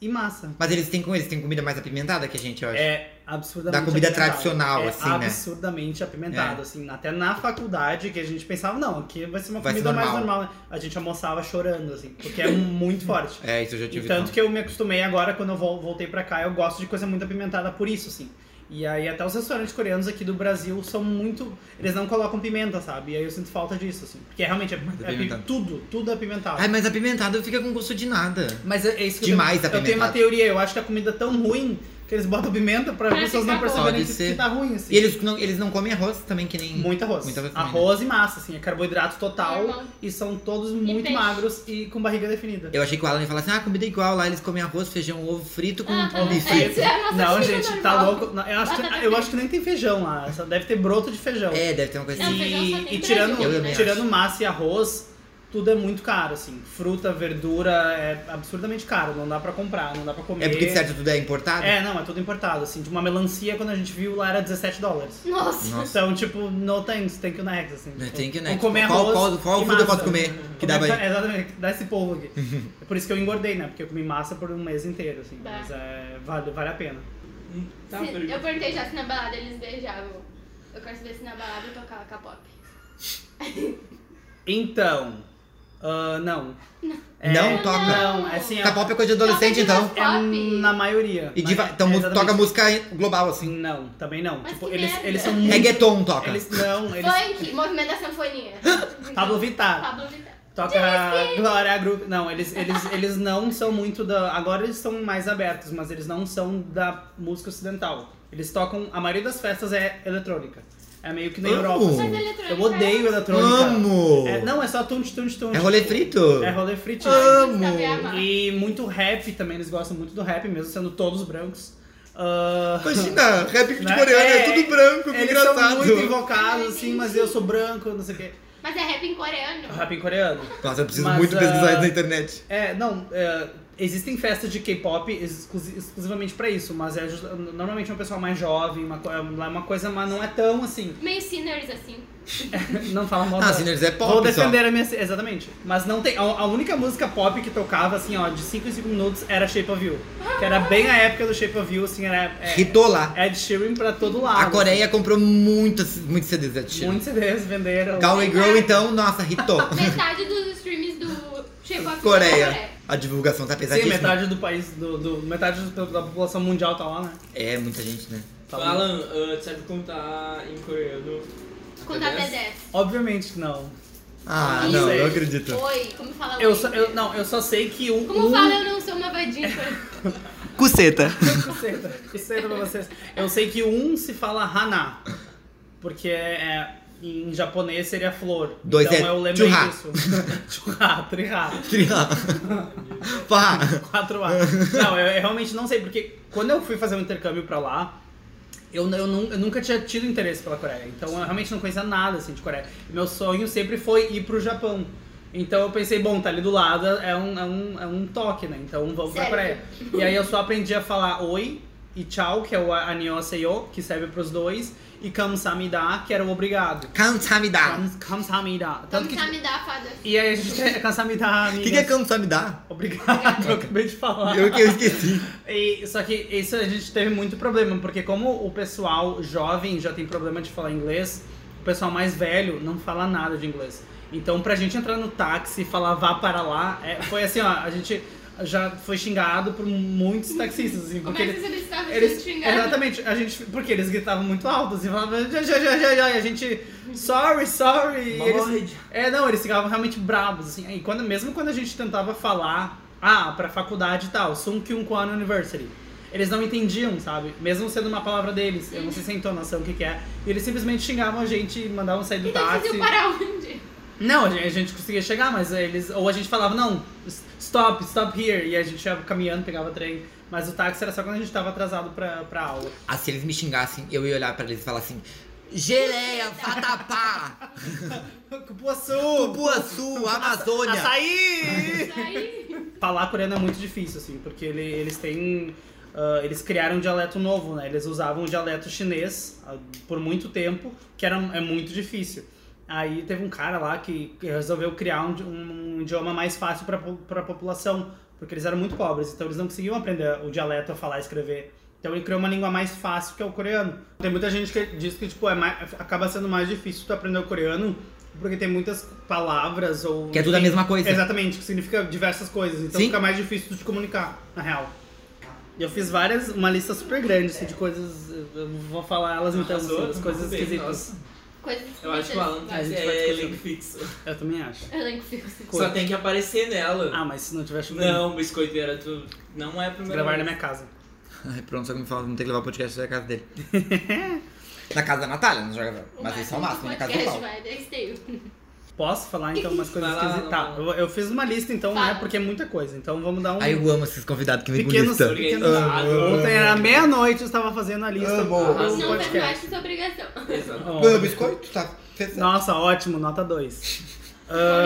Speaker 4: e massa.
Speaker 1: Mas eles têm, com- eles têm comida mais apimentada que a gente, eu acho.
Speaker 4: É absurdamente
Speaker 1: Da comida
Speaker 4: apimentado.
Speaker 1: tradicional,
Speaker 4: É
Speaker 1: assim, né? É.
Speaker 4: absurdamente apimentado, assim. Até na faculdade, que a gente pensava, não, aqui vai ser uma
Speaker 1: Vai ser
Speaker 4: comida mais
Speaker 1: normal.
Speaker 4: normal. né? A gente almoçava chorando, assim, porque é (laughs) muito forte.
Speaker 1: É, isso eu já
Speaker 4: E
Speaker 1: tive.
Speaker 4: tanto
Speaker 1: então.
Speaker 4: que eu me acostumei agora, quando eu vol- voltei pra cá, eu gosto de coisa muito apimentada por isso, assim. E aí até os restaurantes coreanos aqui do Brasil são muito... Eles não colocam pimenta, sabe? E aí eu sinto falta disso, assim. Porque realmente é, é
Speaker 1: apimentado.
Speaker 4: pi- tudo, tudo é apimentado.
Speaker 1: Ai, mas apimentado fica com gosto de nada.
Speaker 4: Mas é é isso que
Speaker 1: Demais
Speaker 4: eu tenho, Eu tenho uma
Speaker 1: apimentado.
Speaker 4: teoria, eu acho que a comida é tão ruim que eles botam pimenta pra
Speaker 3: Pra
Speaker 4: pessoas não
Speaker 3: ficar bom.
Speaker 4: perceberem
Speaker 1: Pode
Speaker 4: que,
Speaker 1: ser.
Speaker 4: que tá ruim, assim.
Speaker 1: E eles não, eles não comem arroz também, que nem.
Speaker 4: Muito arroz.
Speaker 1: Muito arroz também, né?
Speaker 4: arroz e massa, assim, é carboidrato total.
Speaker 3: Normal.
Speaker 4: E são todos muito
Speaker 3: peixe.
Speaker 4: magros e com barriga definida.
Speaker 1: Eu achei que o Alan ia falar assim: ah, comida é igual lá, eles comem arroz, feijão, ovo frito com
Speaker 3: Ah,
Speaker 1: um
Speaker 3: é,
Speaker 1: bife.
Speaker 3: isso é a nossa
Speaker 4: Hum, Não,
Speaker 3: vida
Speaker 4: gente,
Speaker 3: normal.
Speaker 4: tá louco. Não, eu, acho
Speaker 3: Batata
Speaker 4: que, eu acho que nem tem feijão lá. Só deve ter broto de feijão.
Speaker 1: É, deve ter uma coisa
Speaker 3: Não,
Speaker 1: assim.
Speaker 3: feijão só tem né?
Speaker 4: e e
Speaker 3: Brasil,
Speaker 4: tirando,
Speaker 1: Eu também
Speaker 4: tirando massa e arroz, tudo é muito caro, assim. Fruta, verdura é absurdamente caro. Não dá pra comprar, não dá pra comer.
Speaker 1: É porque de certo tudo é importado?
Speaker 4: É, não, é tudo importado, assim. De uma melancia, quando a gente viu lá, era 17 dólares.
Speaker 3: Nossa.
Speaker 1: Nossa.
Speaker 4: Então, tipo, no thanks, thank you next, assim.
Speaker 1: Não,
Speaker 4: Tipo,
Speaker 1: Tem que, né?
Speaker 4: vou comer
Speaker 1: qual,
Speaker 4: arroz
Speaker 1: qual, qual
Speaker 4: e
Speaker 1: fruta eu
Speaker 4: massa.
Speaker 1: posso comer? Que dá
Speaker 4: Comer-
Speaker 1: pra...
Speaker 4: Exatamente, dá esse
Speaker 1: (laughs)
Speaker 4: povo aqui. é por isso que eu engordei, né? Porque eu comi massa por um mês inteiro, assim.
Speaker 3: Bah.
Speaker 4: Mas é, vale, vale a pena.
Speaker 2: Hum, Tá,
Speaker 3: Se- eu
Speaker 2: pergunta.
Speaker 3: perguntei já se na balada eles beijavam. Eu quero saber se na balada tocava K-pop.
Speaker 4: Então. ah, não.
Speaker 1: Não toca.
Speaker 4: Não, é assim. é-
Speaker 1: K-pop é coisa de adolescente, então.
Speaker 4: É
Speaker 3: Pop.
Speaker 4: na maioria.
Speaker 1: E
Speaker 4: mas
Speaker 1: diva,
Speaker 4: é-
Speaker 1: então
Speaker 4: é
Speaker 1: mu-
Speaker 4: exatamente-
Speaker 1: toca música global, assim.
Speaker 4: Não, também não.
Speaker 3: Mas
Speaker 4: tipo,
Speaker 3: que
Speaker 4: eles,
Speaker 3: merda.
Speaker 4: eles são muito.
Speaker 1: Reggaeton toca.
Speaker 4: Eles não, eles.
Speaker 3: Funk, movimento da sanfoninha.
Speaker 4: Pablo Vittar.
Speaker 3: Pablo Vittar.
Speaker 4: Toca Glória Group. Não, eles, eles, eles não são muito da. Agora eles são mais abertos, mas eles não são da música ocidental. Eles tocam. A maioria das festas é eletrônica. É meio que na
Speaker 1: Amo.
Speaker 4: Europa. assim.
Speaker 3: Mas eletrônica. é
Speaker 4: Eu odeio eletrônica.
Speaker 1: Amo!
Speaker 4: É, não, é só tunte, tunte, tunte.
Speaker 1: É rolê
Speaker 4: Tipo,
Speaker 1: frito?
Speaker 4: É rolê frito.
Speaker 1: Amo!
Speaker 4: E muito rap também, eles gostam muito do rap, mesmo sendo todos brancos. Ah,
Speaker 1: Imagina,
Speaker 4: (laughs)
Speaker 1: rap de
Speaker 4: Né?
Speaker 1: coreano é,
Speaker 4: É,
Speaker 1: tudo branco, que
Speaker 4: eles
Speaker 1: engraçado.
Speaker 4: são muito invocados, assim, mas eu sou branco, não sei o quê.
Speaker 3: Mas é rap em coreano.
Speaker 4: Rap em coreano.
Speaker 1: Nossa, eu preciso
Speaker 4: Mas,
Speaker 1: muito pesquisar
Speaker 4: ah,
Speaker 1: isso na internet.
Speaker 4: É, não, é, existem festas de K-pop exclusi- exclusivamente pra isso, mas é just- normalmente é um pessoal mais jovem, uma, co- é uma coisa, mas não é tão assim. (laughs)
Speaker 3: Meio sinners assim.
Speaker 4: Não fala mal
Speaker 1: Ah,
Speaker 4: da-
Speaker 1: Sinners é
Speaker 4: Vou
Speaker 1: pop só.
Speaker 4: defender a minha. Exatamente. Mas não tem. A, a única música pop que tocava, assim, ó, de 5 em 5 minutos era Shape of You. Que era bem a época do Shape of You, assim, era. É,
Speaker 1: Hitou lá.
Speaker 4: Ed Sheeran pra todo lado.
Speaker 1: A Coreia comprou muitas, muitos CDs da
Speaker 4: Assim.
Speaker 1: Tira.
Speaker 4: Muitos CDs venderam.
Speaker 1: Galway Girl, então, nossa, hitou.
Speaker 3: Metade dos streams do Chegou a
Speaker 1: Coreia. A divulgação tá
Speaker 4: Sim,
Speaker 1: pesadíssima.
Speaker 4: metade do país, do, do- metade do- da população mundial tá lá, né?
Speaker 1: É, muita gente, né?
Speaker 4: Tá lá.
Speaker 2: Alan, ah, tu sabe contar em coreano?
Speaker 3: Quando
Speaker 2: até
Speaker 3: até
Speaker 2: dez?
Speaker 3: 10.
Speaker 4: Obviamente que não.
Speaker 1: Ah,
Speaker 3: Isso.
Speaker 1: não, não acredito.
Speaker 3: Oi, como fala
Speaker 4: Eu
Speaker 3: oi?
Speaker 4: só, eu, não, eu só sei que um, o.
Speaker 3: Como
Speaker 4: o-
Speaker 3: fala eu não sou uma vadinha?
Speaker 1: Cuceta.
Speaker 4: Senta, senta pra vocês. Eu sei que um se fala Hana, porque é, em japonês seria flor.
Speaker 1: Dois
Speaker 4: então
Speaker 1: é
Speaker 4: eu lembrei
Speaker 1: churra.
Speaker 4: disso. (laughs) Churra, trihá,
Speaker 1: Pá.
Speaker 4: quatro A.
Speaker 1: (laughs)
Speaker 4: Não, eu, eu realmente não sei, porque quando eu fui fazer um intercâmbio pra lá, eu, eu, nu- eu nunca tinha tido interesse pela Coreia. Então eu realmente não conhecia nada assim de Coreia. Meu sonho sempre foi ir pro Japão. Então eu pensei, bom, tá ali do lado, é um, é um, é um toque, né? Então vamos pra
Speaker 3: Sério?
Speaker 4: Coreia. E aí eu só aprendi a falar oi e tchau, que é o anioseyo, que serve pros dois, e kamsamida, que era o obrigado.
Speaker 1: Kansamida.
Speaker 4: Kam- Kamsamida.
Speaker 3: Então
Speaker 4: (laughs) Tanto que... tipo,
Speaker 3: tá me dá, fada.
Speaker 4: E aí a gente... (laughs) Kamsamida,
Speaker 1: O
Speaker 4: amigas.
Speaker 1: que, que é Kansamida? (laughs)
Speaker 4: Obrigado, eu acabei de falar.
Speaker 1: Eu que eu esqueci.
Speaker 4: E- só que isso a gente teve muito problema, porque como o pessoal jovem já tem problema de falar inglês, o pessoal mais velho não fala nada de inglês. Então pra gente entrar no táxi e falar vá para lá, é, foi assim, ó, a gente já foi xingado por muitos taxistas, assim,
Speaker 3: Como
Speaker 4: porque
Speaker 3: é que
Speaker 4: eles...
Speaker 3: você estava
Speaker 4: Eles,
Speaker 3: eles... xingando?
Speaker 4: exatamente, a gente, porque eles gritavam muito alto, assim, falavam, já, já, já, já, já", e a gente, sorry, sorry, e eles,
Speaker 2: Morde.
Speaker 4: é, não, eles ficavam realmente bravos, assim. E quando, mesmo quando a gente tentava falar, ah, pra faculdade e tal, Sung Kyung Kwan University. Eles não entendiam, sabe? Mesmo sendo uma palavra deles, eu não sei se é entonação, o que, que é. E eles simplesmente xingavam a gente e mandavam sair do
Speaker 3: Então
Speaker 4: táxi.
Speaker 3: vocês iam para onde?
Speaker 4: Não, a gente, a gente conseguia chegar, mas eles. Ou a gente falava, não, s- stop, stop here. E a gente ia caminhando, pegava trem. Mas o táxi era só quando a gente tava atrasado pra, pra aula.
Speaker 1: Ah, se eles me xingassem, eu ia olhar pra eles e falar assim: Geleia, Fatapá,
Speaker 4: Cupuaçu!
Speaker 1: Cupuaçu, Amazônia.
Speaker 4: Açaí!
Speaker 3: Isso aí.
Speaker 4: falar coreano é muito difícil, assim, porque ele- eles têm. ah, eles criaram um dialeto novo, né? Eles usavam o dialeto chinês ah, por muito tempo, que era, é muito difícil. Aí um teve um cara lá que que resolveu criar um, di- um idioma mais fácil para a população, porque eles eram muito pobres, então eles não conseguiam aprender o dialeto, a falar e escrever. Então ele criou uma língua mais fácil que é o coreano. Tem muita gente que diz que tipo, é mais- acaba sendo mais difícil tu aprender o coreano porque tem muitas palavras ou.
Speaker 1: Que é tudo a mesma coisa.
Speaker 4: Exatamente, que significa diversas coisas. Então
Speaker 1: Sim.
Speaker 4: fica mais difícil de te comunicar, na real.
Speaker 2: Tá.
Speaker 4: Eu fiz várias, uma lista super grande assim, de coisas. Eu vou falar elas no tempo,
Speaker 2: Arrasou,
Speaker 4: as coisas
Speaker 2: muito bem,
Speaker 4: esquisitas.
Speaker 3: Coisas
Speaker 2: Eu acho que o Alan
Speaker 4: A gente vai
Speaker 2: é
Speaker 4: discutir.
Speaker 2: elenco fixo.
Speaker 4: Eu também acho.
Speaker 3: Eu lembro que fico-
Speaker 2: Só tem que aparecer nela. Tipo,
Speaker 4: Ah, mas se não tiver chocolate,
Speaker 2: Não, biscoiteira, tu não é a primeira
Speaker 4: gravar na
Speaker 2: vez.
Speaker 4: minha casa.
Speaker 1: Ai, pronto, só que me fala, não tem que levar o podcast na casa dele. na casa da Natália, não joga. Mas isso é o máximo, na casa do
Speaker 3: um podcast
Speaker 1: Paulo.
Speaker 3: vai, daí tem.
Speaker 4: Posso falar então umas coisas
Speaker 2: Vai lá,
Speaker 4: esquisitas?
Speaker 2: vai lá,
Speaker 4: Tá,
Speaker 2: vai
Speaker 4: eu, eu fiz uma lista então,
Speaker 3: Fala.
Speaker 4: né? Porque é muita coisa. Então vamos dar um.
Speaker 1: Ai, eu amo esses convidados que vem com
Speaker 4: Pequenos-
Speaker 1: lista. Ah,
Speaker 4: pequenos-
Speaker 2: Organizado.
Speaker 4: Ontem era meia-noite, eu estava fazendo a lista.
Speaker 1: Amo.
Speaker 4: do
Speaker 2: Arrasou.
Speaker 3: Não faz
Speaker 4: podcast.
Speaker 3: mais que sua obrigação.
Speaker 4: (laughs)
Speaker 2: Exato.
Speaker 4: Ó,
Speaker 1: Ah, biscoito, tá?
Speaker 4: Nossa, ótimo, nota 2.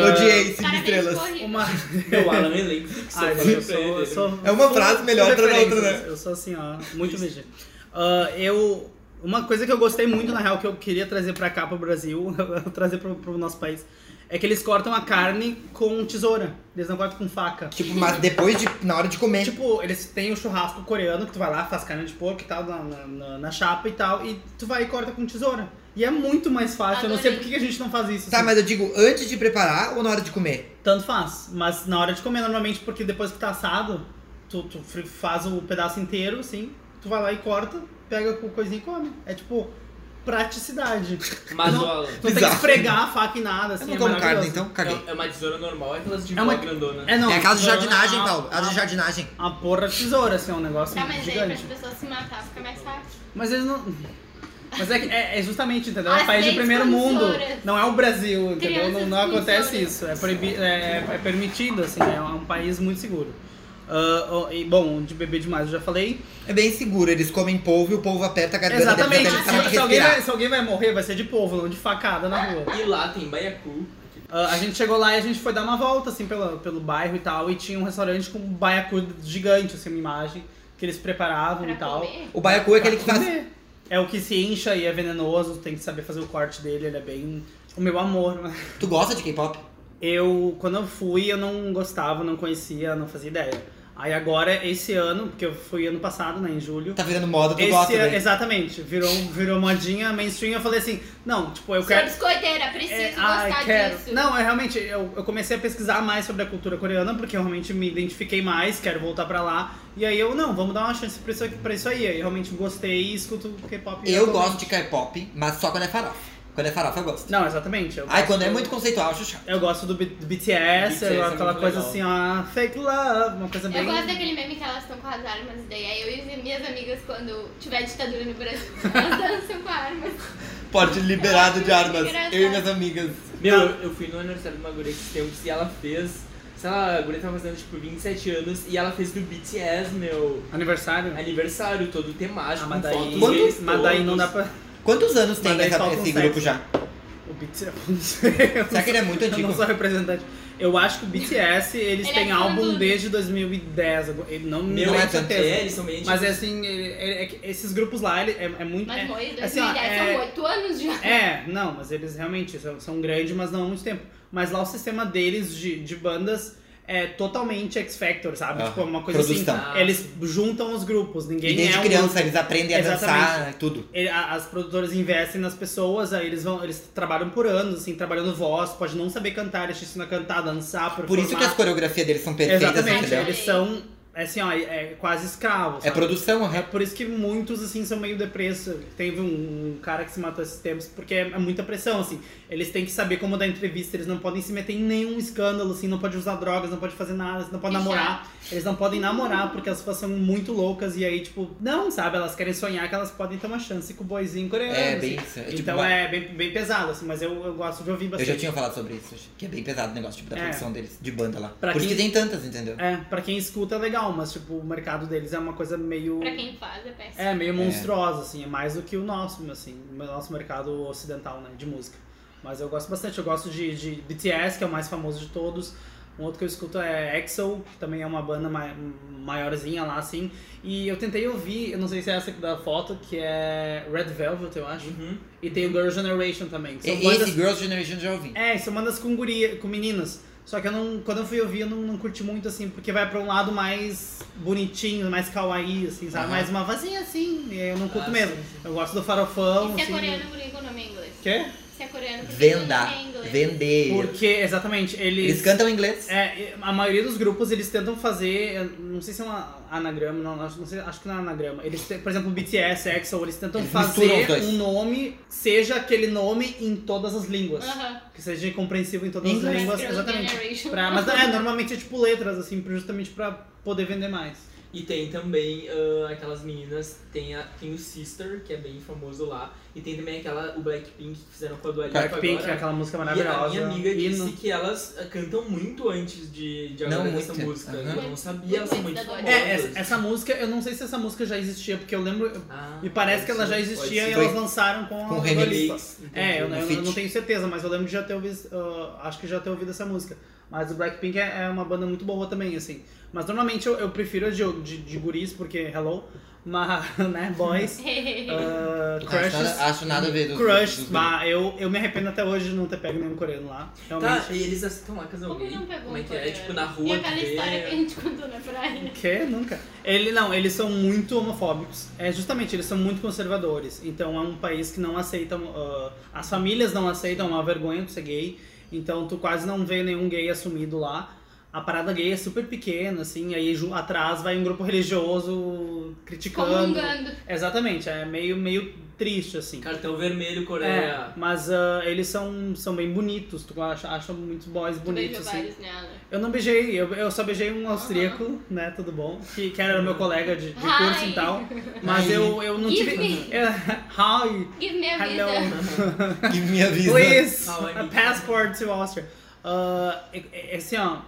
Speaker 1: Odiei cinco
Speaker 3: Parabéns,
Speaker 1: estrelas.
Speaker 3: corrida.
Speaker 4: Uma.
Speaker 2: Meu, O Alan é elenco fixo.
Speaker 4: Ai,
Speaker 2: eu
Speaker 4: mas
Speaker 2: falei
Speaker 4: eu
Speaker 2: pra
Speaker 4: sou,
Speaker 2: ele.
Speaker 4: eu sou-
Speaker 1: É uma
Speaker 4: sou-
Speaker 1: frase melhor
Speaker 4: sou
Speaker 1: pra outra,
Speaker 4: referências.
Speaker 1: né?
Speaker 4: Eu sou assim, ó, muito vigente. Ah, eu. Uma coisa que eu gostei muito, na real, que eu queria trazer pra cá, pro Brasil, (laughs) trazer pro, pro nosso país, é que eles cortam a carne com tesoura. Eles não cortam com faca.
Speaker 1: Tipo, mas depois de. Na hora de comer.
Speaker 4: Tipo, eles têm o churrasco coreano, que tu vai lá, faz carne de porco e tal, na, na- na- na chapa e tal, e tu vai e corta com tesoura. E é muito mais fácil, eu não sei
Speaker 3: Adorei.
Speaker 4: por que que a gente não faz isso.
Speaker 1: tá,
Speaker 4: assim.
Speaker 1: mas eu digo antes de preparar ou na hora de comer?
Speaker 4: Tanto faz, mas na hora de comer, normalmente, porque depois que tá assado, tu, tu fri- faz o pedaço inteiro, assim, tu vai lá e corta, pega com coisinha e come. É tipo, praticidade.
Speaker 2: Mas
Speaker 4: Não-
Speaker 2: o Alan.
Speaker 4: Tu não tem que
Speaker 1: Bizarro.
Speaker 4: esfregar a faca e nada, assim,
Speaker 1: eu não
Speaker 4: é
Speaker 1: como carne,
Speaker 4: maravilhoso.
Speaker 1: então caguei.
Speaker 2: É uma tesoura normal, é aquelas de
Speaker 4: É uma-
Speaker 2: vó grandona.
Speaker 4: É, não,
Speaker 1: é a casa de
Speaker 4: tesoura
Speaker 1: jardinagem,
Speaker 4: é uma-
Speaker 1: Paulo. A casa de jardinagem.
Speaker 4: Uma porra de tesoura, assim, é um negócio
Speaker 3: Tá, mas aí
Speaker 4: gigante.
Speaker 3: pra as pessoas se matar fica mais fácil.
Speaker 4: Mas eles não. Mas é, que- é, é justamente, entendeu? É
Speaker 3: As
Speaker 4: um país de
Speaker 3: leis
Speaker 4: primeiro mundo.
Speaker 3: promissoras.
Speaker 4: Não é o Brasil, entendeu?
Speaker 3: Crianças
Speaker 4: Não, não acontece
Speaker 3: promissoras.
Speaker 4: isso. É, proibi- é, é permitido, assim, é um país muito seguro. Ah, oh, e, bom, de beber demais eu já falei.
Speaker 1: É bem seguro, eles comem polvo e o polvo aperta a garganta
Speaker 4: Exatamente.
Speaker 1: deles até
Speaker 4: Se,
Speaker 1: eles
Speaker 4: se alguém
Speaker 1: respirar.
Speaker 4: vai, se alguém vai morrer, vai ser de povo, não de facada na rua.
Speaker 2: E lá tem baiacu.
Speaker 4: Ah, a gente chegou lá e a gente foi dar uma volta, assim, pela, pelo bairro e tal. E tinha um restaurante com um baiacu gigante, assim, uma imagem que eles preparavam
Speaker 3: Pra
Speaker 4: Ah, e tal.
Speaker 3: comer.
Speaker 1: O baiacu é aquele que
Speaker 4: Pra
Speaker 1: faz.
Speaker 4: comer. É o que se incha e é venenoso, tem que saber fazer o corte dele, ele é bem. O meu amor. né?
Speaker 1: Tu gosta de K-pop?
Speaker 4: Eu, quando eu fui, eu não gostava, não conhecia, não fazia ideia. Aí agora, esse ano, porque eu fui ano passado, né, em julho.
Speaker 1: Tá virando moda, tu
Speaker 4: esse
Speaker 1: gosta
Speaker 4: ano-
Speaker 1: dele.
Speaker 4: Exatamente, virou, virou modinha mainstream. Eu falei assim: não, tipo, eu
Speaker 3: Sou
Speaker 4: quero.
Speaker 3: biscoiteira, preciso
Speaker 4: É,
Speaker 3: gostar
Speaker 4: ai, quero.
Speaker 3: disso.
Speaker 4: Não, eu realmente eu, eu comecei a pesquisar mais sobre a cultura coreana, porque eu realmente me identifiquei mais, quero voltar pra lá. E aí eu, não, vamos dar uma chance pra isso, aqui- pra isso aí. Aí eu realmente gostei e escuto K-pop.
Speaker 1: Eu
Speaker 4: atualmente.
Speaker 1: gosto de K-pop, mas só quando é farofa. Quando é farofa, eu gosto.
Speaker 4: Não, exatamente. Eu
Speaker 1: Ai,
Speaker 4: gosto
Speaker 1: quando é
Speaker 4: do-
Speaker 1: muito conceitual, eu acho chato.
Speaker 4: Eu gosto do, B- do BTS,
Speaker 2: BTS é
Speaker 4: aquela
Speaker 2: muito
Speaker 4: coisa
Speaker 2: legal.
Speaker 4: assim, ó, fake love, uma coisa bem.
Speaker 3: Eu gosto daquele meme que elas estão com as armas, daí é eu e as minhas amigas quando tiver ditadura no Brasil. (laughs) Elas dançam com armas.
Speaker 1: Porte
Speaker 3: liberado de armas, eu e minhas
Speaker 1: amigas.
Speaker 2: Meu, eu, eu fui no aniversário de uma guria esses tempos e ela fez. Sei lá, a guria tava fazendo tipo 27 anos e ela fez do BTS, meu.
Speaker 4: Aniversário?
Speaker 2: Aniversário todo temático,
Speaker 4: Ah,
Speaker 2: com
Speaker 4: mas daí,
Speaker 2: fotos deles
Speaker 4: mas daí não dá
Speaker 2: todos.
Speaker 4: pra.
Speaker 1: Quantos anos tem
Speaker 4: Mas daí
Speaker 1: essa-
Speaker 4: falta um
Speaker 1: esse grupo
Speaker 4: sexo.
Speaker 1: já?
Speaker 4: O BTS, eu não sei. (laughs) eu não
Speaker 1: Será que ele é muito
Speaker 4: Eu não
Speaker 1: antigo?
Speaker 4: (laughs) sou representante. Eu acho que o BTS, eles
Speaker 3: Ele
Speaker 4: têm
Speaker 3: é
Speaker 4: álbum
Speaker 3: tudo.
Speaker 4: desde 2010. eu- eu Não me
Speaker 2: Meu,
Speaker 1: Não é
Speaker 2: é
Speaker 4: lembro
Speaker 1: tanto.
Speaker 4: certeza.
Speaker 2: é, eles são meio
Speaker 4: Mas é assim, ele- ele- é que esses grupos lá, ele, é, é muito.
Speaker 3: Mas
Speaker 4: é,
Speaker 3: Moi, 2010
Speaker 4: assim, ó, é-
Speaker 3: são oito anos já.
Speaker 4: é, não, mas eles realmente são, são grandes, mas não há muito tempo. Mas lá o sistema deles de, de bandas é totalmente X Factor, sabe?
Speaker 1: Ah,
Speaker 4: tipo, é uma coisa
Speaker 1: produção.
Speaker 4: assim. Eles juntam os grupos, ninguém
Speaker 1: E desde
Speaker 4: é um
Speaker 1: criança eles aprendem a dançar,
Speaker 4: Exatamente.
Speaker 1: tudo.
Speaker 4: Ele- a- As produtoras investem nas pessoas, aí eles vão, eles trabalham por anos, assim, trabalhando voz, pode não saber cantar, eles te ensinam a cantar, dançar,
Speaker 1: Por isso que as
Speaker 4: performar.
Speaker 1: coreografias deles são perfeitas,
Speaker 4: Exatamente,
Speaker 1: entendeu?
Speaker 4: eles são assim, ó, é, é quase escravos.
Speaker 1: É
Speaker 4: sabe?
Speaker 1: produção,
Speaker 4: É
Speaker 1: né?
Speaker 4: por isso que muitos, assim, são meio depresso. Teve um, um cara que se matou esses tempos porque é, é muita pressão, assim. Eles têm que saber como dar entrevista, eles não podem se meter em nenhum escândalo, assim. Não pode usar drogas, não pode fazer nada, não pode
Speaker 3: Bichar.
Speaker 4: namorar. Eles não podem namorar porque elas são muito loucas e aí, tipo, não, sabe? Elas querem sonhar que elas podem ter uma chance com o boizinho coreano.
Speaker 1: É
Speaker 4: assim.
Speaker 1: bem isso. É, tipo,
Speaker 4: então é bem, bem pesado, assim, mas eu, eu gosto de ouvir
Speaker 1: Eu
Speaker 4: bastante.
Speaker 1: já tinha falado sobre isso, que é bem pesado o negócio tipo, da
Speaker 4: É.
Speaker 1: produção deles, de banda lá.
Speaker 4: Pra
Speaker 1: Por isso que
Speaker 4: quem-
Speaker 1: tem tantas, entendeu?
Speaker 4: É, pra quem escuta é legal, mas, tipo, o mercado deles é uma coisa meio.
Speaker 3: Pra quem faz, é péssimo.
Speaker 4: É, meio monstruosa, assim, é mais do que o nosso, assim, o nosso mercado ocidental, né, de música. Mas eu gosto bastante, eu gosto de, de BTS, que é o mais famoso de todos. Um outro que eu escuto é EXO, que também é uma banda mai- maiorzinha lá, assim. E eu tentei ouvir, eu não sei se é essa aqui da foto, que é Red Velvet, eu acho.
Speaker 2: Uhum.
Speaker 4: E tem o Girl Generation também. que
Speaker 1: E-
Speaker 4: são
Speaker 1: Esse
Speaker 4: bandas-
Speaker 1: Girls' Generation eu já ouvi.
Speaker 4: é, são bandas com, guria, com meninas. Só que eu não, quando eu fui ouvir, eu não, não curti muito, assim, porque vai pra um lado mais bonitinho, mais kawaii, assim, sabe?
Speaker 1: Aham.
Speaker 4: Mais uma vazinha, assim, e aí eu não curto
Speaker 2: Ah,
Speaker 4: mesmo.
Speaker 2: sim, sim.
Speaker 4: Eu gosto do
Speaker 3: E
Speaker 4: farofão,
Speaker 3: se é
Speaker 4: assim...
Speaker 3: coreano, por que que o nome é inglês?
Speaker 4: Quê?
Speaker 3: Se é coreano, por que que o
Speaker 1: Venda.
Speaker 3: nome é inglês?
Speaker 1: Vender.
Speaker 4: Porque, exatamente, eles...
Speaker 1: Eles cantam em inglês.
Speaker 4: É, a maioria dos grupos eles tentam fazer, eu não sei se é um anagrama, não, acho- não sei, acho que não é anagrama. Eles, te- por exemplo, o BTS, EXO, eles tentam
Speaker 1: Eles misturam os
Speaker 4: fazer
Speaker 1: dois.
Speaker 4: um nome, seja aquele nome em todas as línguas,
Speaker 3: Aham.
Speaker 4: que seja compreensível em todas as
Speaker 1: Inglês,
Speaker 4: línguas,
Speaker 3: Girls'
Speaker 4: exatamente. (laughs)
Speaker 3: Generation. (laughs)
Speaker 4: Pra, mas é, normalmente é tipo letras assim, pra- justamente pra poder vender mais.
Speaker 2: E tem também ah, aquelas meninas, tem, a, tem o Sister, que é bem famoso lá, e tem também aquela, o Blackpink, que fizeram com a Dua Lipa
Speaker 4: Blackpink,
Speaker 2: agora.
Speaker 4: É aquela música
Speaker 2: E a
Speaker 4: maravilhosa.
Speaker 2: minha amiga
Speaker 4: hino.
Speaker 2: disse que elas ah, cantam muito antes de, de
Speaker 1: Não,
Speaker 2: agora essa
Speaker 1: muito.
Speaker 2: música.
Speaker 1: Aham.
Speaker 2: Eu não sabia, elas são
Speaker 3: Muito
Speaker 2: muito
Speaker 3: da Dua
Speaker 2: famosas.
Speaker 3: Lipa.
Speaker 4: É, essa, essa música, eu não sei se essa música já existia, porque eu lembro,
Speaker 2: Ah,
Speaker 4: me parece que ela
Speaker 2: pode
Speaker 4: já
Speaker 2: ser,
Speaker 4: existia
Speaker 2: pode ser.
Speaker 4: e
Speaker 1: Foi
Speaker 4: elas lançaram com,
Speaker 1: com
Speaker 4: a Dua
Speaker 1: remix.
Speaker 4: Lipa. É, eu,
Speaker 2: entendi.
Speaker 4: não- eu
Speaker 1: feat.
Speaker 4: não tenho certeza, mas eu lembro de já ter ouvido. ah, acho que já ter ouvido essa música. Mas o Blackpink é, é uma banda muito boa também, assim. Mas normalmente eu, eu prefiro a de, de, de guris, porque hello, (laughs) mas,
Speaker 3: (laughs)
Speaker 4: né, boys. ah,
Speaker 1: Acho
Speaker 4: crushes.
Speaker 1: nada, acho nada a ver dos,
Speaker 4: Crush,
Speaker 1: dos-
Speaker 4: bah, eu, eu me arrependo até hoje de não ter pego nenhum coreano lá. Realmente.
Speaker 2: Tá, e eles estão lá casando
Speaker 3: Como que não
Speaker 2: alguém?
Speaker 3: pegou
Speaker 2: Como é
Speaker 3: um
Speaker 2: que é?
Speaker 3: coreano?
Speaker 2: Tipo, na
Speaker 3: E
Speaker 2: rua
Speaker 3: aquela
Speaker 2: que vê...
Speaker 3: história que a gente contou na praia.
Speaker 4: Que? Nunca. Ele não, eles são muito homofóbicos. É justamente, eles são muito conservadores. Então é um país que não aceitam. ah, as famílias não aceitam, é uma vergonha tu ser gay. Então tu quase não vê nenhum gay assumido lá. A parada gay é super pequena, assim, aí ju- atrás vai um grupo religioso criticando.
Speaker 3: Comungando.
Speaker 4: Exatamente, é meio, meio triste, assim.
Speaker 2: Cartão vermelho,
Speaker 4: É,
Speaker 2: Coreia.
Speaker 4: mas ah, eles são, são bem bonitos, tu acha, acha muitos boys
Speaker 3: Tu beijou
Speaker 4: bonitos, assim.
Speaker 3: vários nela.
Speaker 4: Eu não beijei, eu, eu só beijei um austríaco, né? Tudo bom. Que, que era meu colega de, de curso
Speaker 3: Hi.
Speaker 4: e tal. Mas
Speaker 1: Hi.
Speaker 4: eu, eu não
Speaker 3: Give
Speaker 4: tive.
Speaker 3: me.
Speaker 4: (laughs) Eu- Hi!
Speaker 3: Give me a
Speaker 4: Hello!
Speaker 3: visa.
Speaker 1: Que me avisa. (laughs)
Speaker 4: Please!
Speaker 2: How I
Speaker 4: A
Speaker 2: need-
Speaker 4: passport to Austria. Ah, é- é- assim, ó,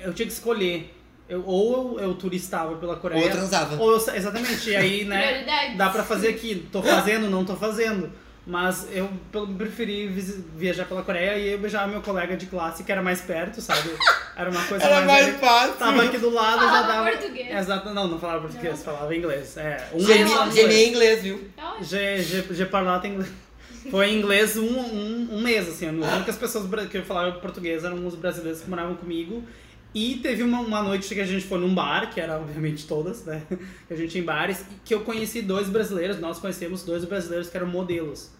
Speaker 4: eu tinha que escolher. Eu- ou eu, eu turistava pela Coreia.
Speaker 1: Ou transava.
Speaker 4: ou eu sa- exatamente, e aí, né?
Speaker 3: Prioridades.
Speaker 4: Dá pra fazer aqui, tô fazendo, não tô fazendo. Mas eu pe- preferi visi- viajar pela Coreia e eu beijava meu colega de classe, que era mais perto, sabe? Era uma coisa
Speaker 1: Era mais
Speaker 4: ali-
Speaker 1: fácil.
Speaker 4: Tava aqui do lado, já
Speaker 3: Falava
Speaker 4: dava.
Speaker 3: português.
Speaker 4: Exato, não, não falava português, falava inglês. É, um mês lá
Speaker 1: Gemi-
Speaker 4: no
Speaker 1: Gemi em inglês, viu?
Speaker 3: Tá ótimo.
Speaker 4: G, G, G parlata inglês. Foi em inglês um, um, um mês, assim. As únicas pessoas bra- que falavam português eram os brasileiros que moravam comigo. E teve uma, uma noite que a gente foi num bar, que era obviamente todas, né? Que a gente ia em bares, e que eu conheci dois brasileiros, nós conhecemos dois brasileiros que eram modelos.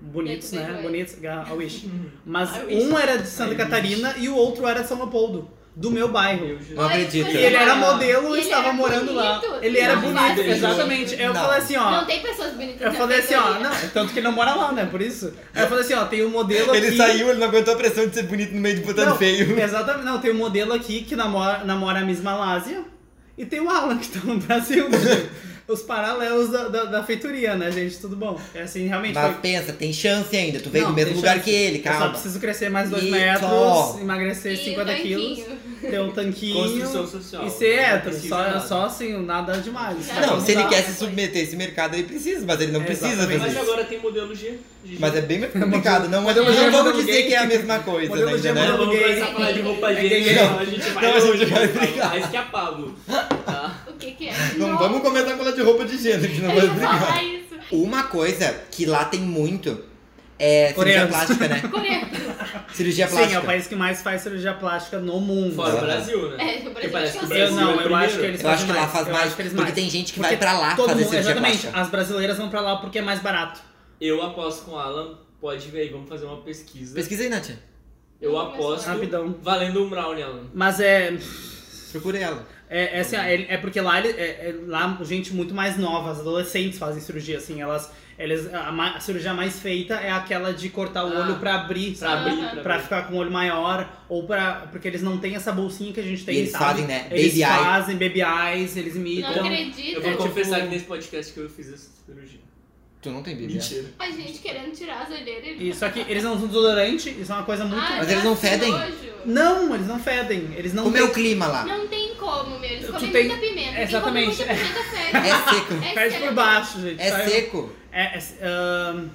Speaker 4: Bonitos,
Speaker 3: E aí tu
Speaker 4: né?
Speaker 3: beijou
Speaker 4: Bonitos, a wish. Mas
Speaker 2: I wish.
Speaker 4: um era de Santa
Speaker 2: I wish.
Speaker 4: Catarina e o outro era de São Leopoldo, do meu bairro.
Speaker 2: Meu Jesus.
Speaker 1: Não acredito.
Speaker 3: Mas
Speaker 4: E ele era
Speaker 3: E
Speaker 4: modelo e
Speaker 3: ele
Speaker 4: estava
Speaker 3: era
Speaker 4: morando lá.
Speaker 3: bonito.
Speaker 4: Ele era
Speaker 2: Não,
Speaker 4: bonito,
Speaker 2: não.
Speaker 4: exatamente. Eu
Speaker 1: Não.
Speaker 4: falei assim,
Speaker 3: Não
Speaker 4: ó.
Speaker 3: tem pessoas bonitas
Speaker 4: Eu
Speaker 3: na
Speaker 4: falei assim, ó,
Speaker 3: categoria.
Speaker 4: não, tanto que ele não mora lá, né? Por isso. Aí Eu falei assim, ó, tem um modelo
Speaker 1: Ele
Speaker 4: aqui.
Speaker 1: saiu, ele não aguentou a pressão de ser bonito no meio de botando
Speaker 4: não,
Speaker 1: feio.
Speaker 4: Exatamente, não, tem um modelo aqui que namora, namora a Miss Malásia e tem o Alan que tá no
Speaker 1: (laughs)
Speaker 4: Brasil. né? Os paralelos da, da, da feitoria, né, gente? Tudo bom. É assim, realmente
Speaker 1: Mas
Speaker 4: foi.
Speaker 1: pensa, tem chance ainda. Tu veio
Speaker 4: Não,
Speaker 1: do mesmo
Speaker 4: tem
Speaker 1: lugar
Speaker 4: chance.
Speaker 1: que ele,
Speaker 4: Eu só
Speaker 1: calma.
Speaker 4: preciso crescer mais 2
Speaker 1: E
Speaker 4: metros,
Speaker 1: só.
Speaker 4: emagrecer
Speaker 3: E o
Speaker 4: 50 quilos,
Speaker 3: tanquinho.
Speaker 4: ter um tanquinho.
Speaker 2: Construção social. né?
Speaker 4: E ser hétero,
Speaker 2: Não
Speaker 4: só,
Speaker 2: precisa
Speaker 4: só assim, nada demais.
Speaker 3: Não,
Speaker 4: Pra
Speaker 1: Não, se ele
Speaker 4: mudar.
Speaker 1: quer se submeter a esse mercado, ele precisa, mas ele não
Speaker 4: É,
Speaker 1: precisa
Speaker 4: exatamente.
Speaker 2: Mas
Speaker 1: fazer isso.
Speaker 2: agora tem modelo G. de-
Speaker 1: Mas é bem mais complicado, não, mas eu
Speaker 4: Modelo
Speaker 1: não vamos
Speaker 4: de
Speaker 1: dizer
Speaker 4: gay.
Speaker 1: que é a mesma coisa, né,
Speaker 4: Modelo de
Speaker 1: entendeu?
Speaker 2: Não, vamos
Speaker 4: gay.
Speaker 2: começar a falar de roupa
Speaker 4: É gay,
Speaker 2: gênica,
Speaker 4: gay.
Speaker 2: senão a gente vai
Speaker 1: Não, a gente vai
Speaker 2: longe,
Speaker 1: brigar.
Speaker 2: Mais que é a Pablo. Tá?
Speaker 3: O que que é?
Speaker 1: Não
Speaker 3: Nossa,
Speaker 1: vamos começar a falar de roupa de gênero, que não vai
Speaker 3: eu ia
Speaker 1: brigar.
Speaker 3: falar isso.
Speaker 1: Uma coisa que lá tem muito é cirurgia
Speaker 4: Coreanos. (laughs)
Speaker 1: plástica, né?
Speaker 3: Coreano.
Speaker 1: Cirurgia
Speaker 4: Sim, é
Speaker 1: plástica.
Speaker 4: o país que mais faz cirurgia plástica no mundo.
Speaker 2: Fora o
Speaker 1: Aham.
Speaker 2: Brasil, né?
Speaker 3: (laughs) É, o
Speaker 2: Porque
Speaker 3: Brasil
Speaker 2: parece que o
Speaker 3: acho que
Speaker 4: Eu
Speaker 2: Brasil é o
Speaker 4: não, eu
Speaker 2: primeiro.
Speaker 4: acho que eles
Speaker 1: Eu acho
Speaker 4: fazem
Speaker 1: que lá faz
Speaker 4: eu
Speaker 1: mais,
Speaker 4: acho que eles
Speaker 1: porque
Speaker 4: mais.
Speaker 1: tem gente que vai
Speaker 4: Porque
Speaker 1: pra lá
Speaker 4: Todo
Speaker 1: fazer
Speaker 4: mundo,
Speaker 1: cirurgia
Speaker 4: exatamente,
Speaker 1: plástica.
Speaker 4: as brasileiras vão pra lá porque é mais barato.
Speaker 2: Eu aposto com o Alan, pode ver aí, vamos fazer uma pesquisa.
Speaker 1: Pesquisa aí, Nath.
Speaker 2: Eu
Speaker 3: Vamos
Speaker 2: aposto
Speaker 3: começar.
Speaker 4: Rapidão.
Speaker 2: valendo um brownie, Alan.
Speaker 4: Mas é.
Speaker 1: Procura ela.
Speaker 4: É, é assim, ó, é, é porque lá, ele- é, é lá gente muito mais nova, as adolescentes fazem cirurgia, assim, elas. elas a, ma- a cirurgia mais feita é aquela de cortar o
Speaker 2: Ah,
Speaker 4: olho pra abrir,
Speaker 2: Pra
Speaker 4: sabe?
Speaker 2: abrir,
Speaker 3: Aham.
Speaker 2: pra,
Speaker 4: Pra
Speaker 2: abrir.
Speaker 4: ficar com o olho maior, ou pra. Porque eles não têm essa bolsinha que a gente tem,
Speaker 1: E eles
Speaker 4: sabe?
Speaker 1: fazem, né?
Speaker 4: Eles
Speaker 1: Baby eye.
Speaker 4: fazem baby eyes, eles imitam.
Speaker 3: Não acredito.
Speaker 2: Eu vou
Speaker 4: É, tipo-
Speaker 2: confessar que nesse podcast que eu fiz essa cirurgia.
Speaker 1: Tu não tem bíblia.
Speaker 2: Mentira.
Speaker 3: tipo, A gente querendo tirar as olheiras. ele- "Ah, tá
Speaker 4: E, só que eles não usam desodorante, isso é uma coisa muito.
Speaker 2: Ah,
Speaker 3: Ai,
Speaker 1: Mas eles não
Speaker 3: que
Speaker 1: fedem?
Speaker 3: nojo.
Speaker 4: Não, eles não fedem. Eles não
Speaker 1: Como é o
Speaker 4: têm-
Speaker 1: clima lá?
Speaker 3: Não tem como, meu. Eles
Speaker 4: Tu
Speaker 3: comem
Speaker 4: tem-
Speaker 3: muita pimenta.
Speaker 4: Exatamente.
Speaker 3: Quem come muita pimenta
Speaker 4: (laughs)
Speaker 3: fede.
Speaker 1: É seco.
Speaker 3: É
Speaker 4: Perde
Speaker 3: sério.
Speaker 4: por baixo, gente.
Speaker 1: É
Speaker 4: Sai-
Speaker 1: seco.
Speaker 4: É, é- ahn,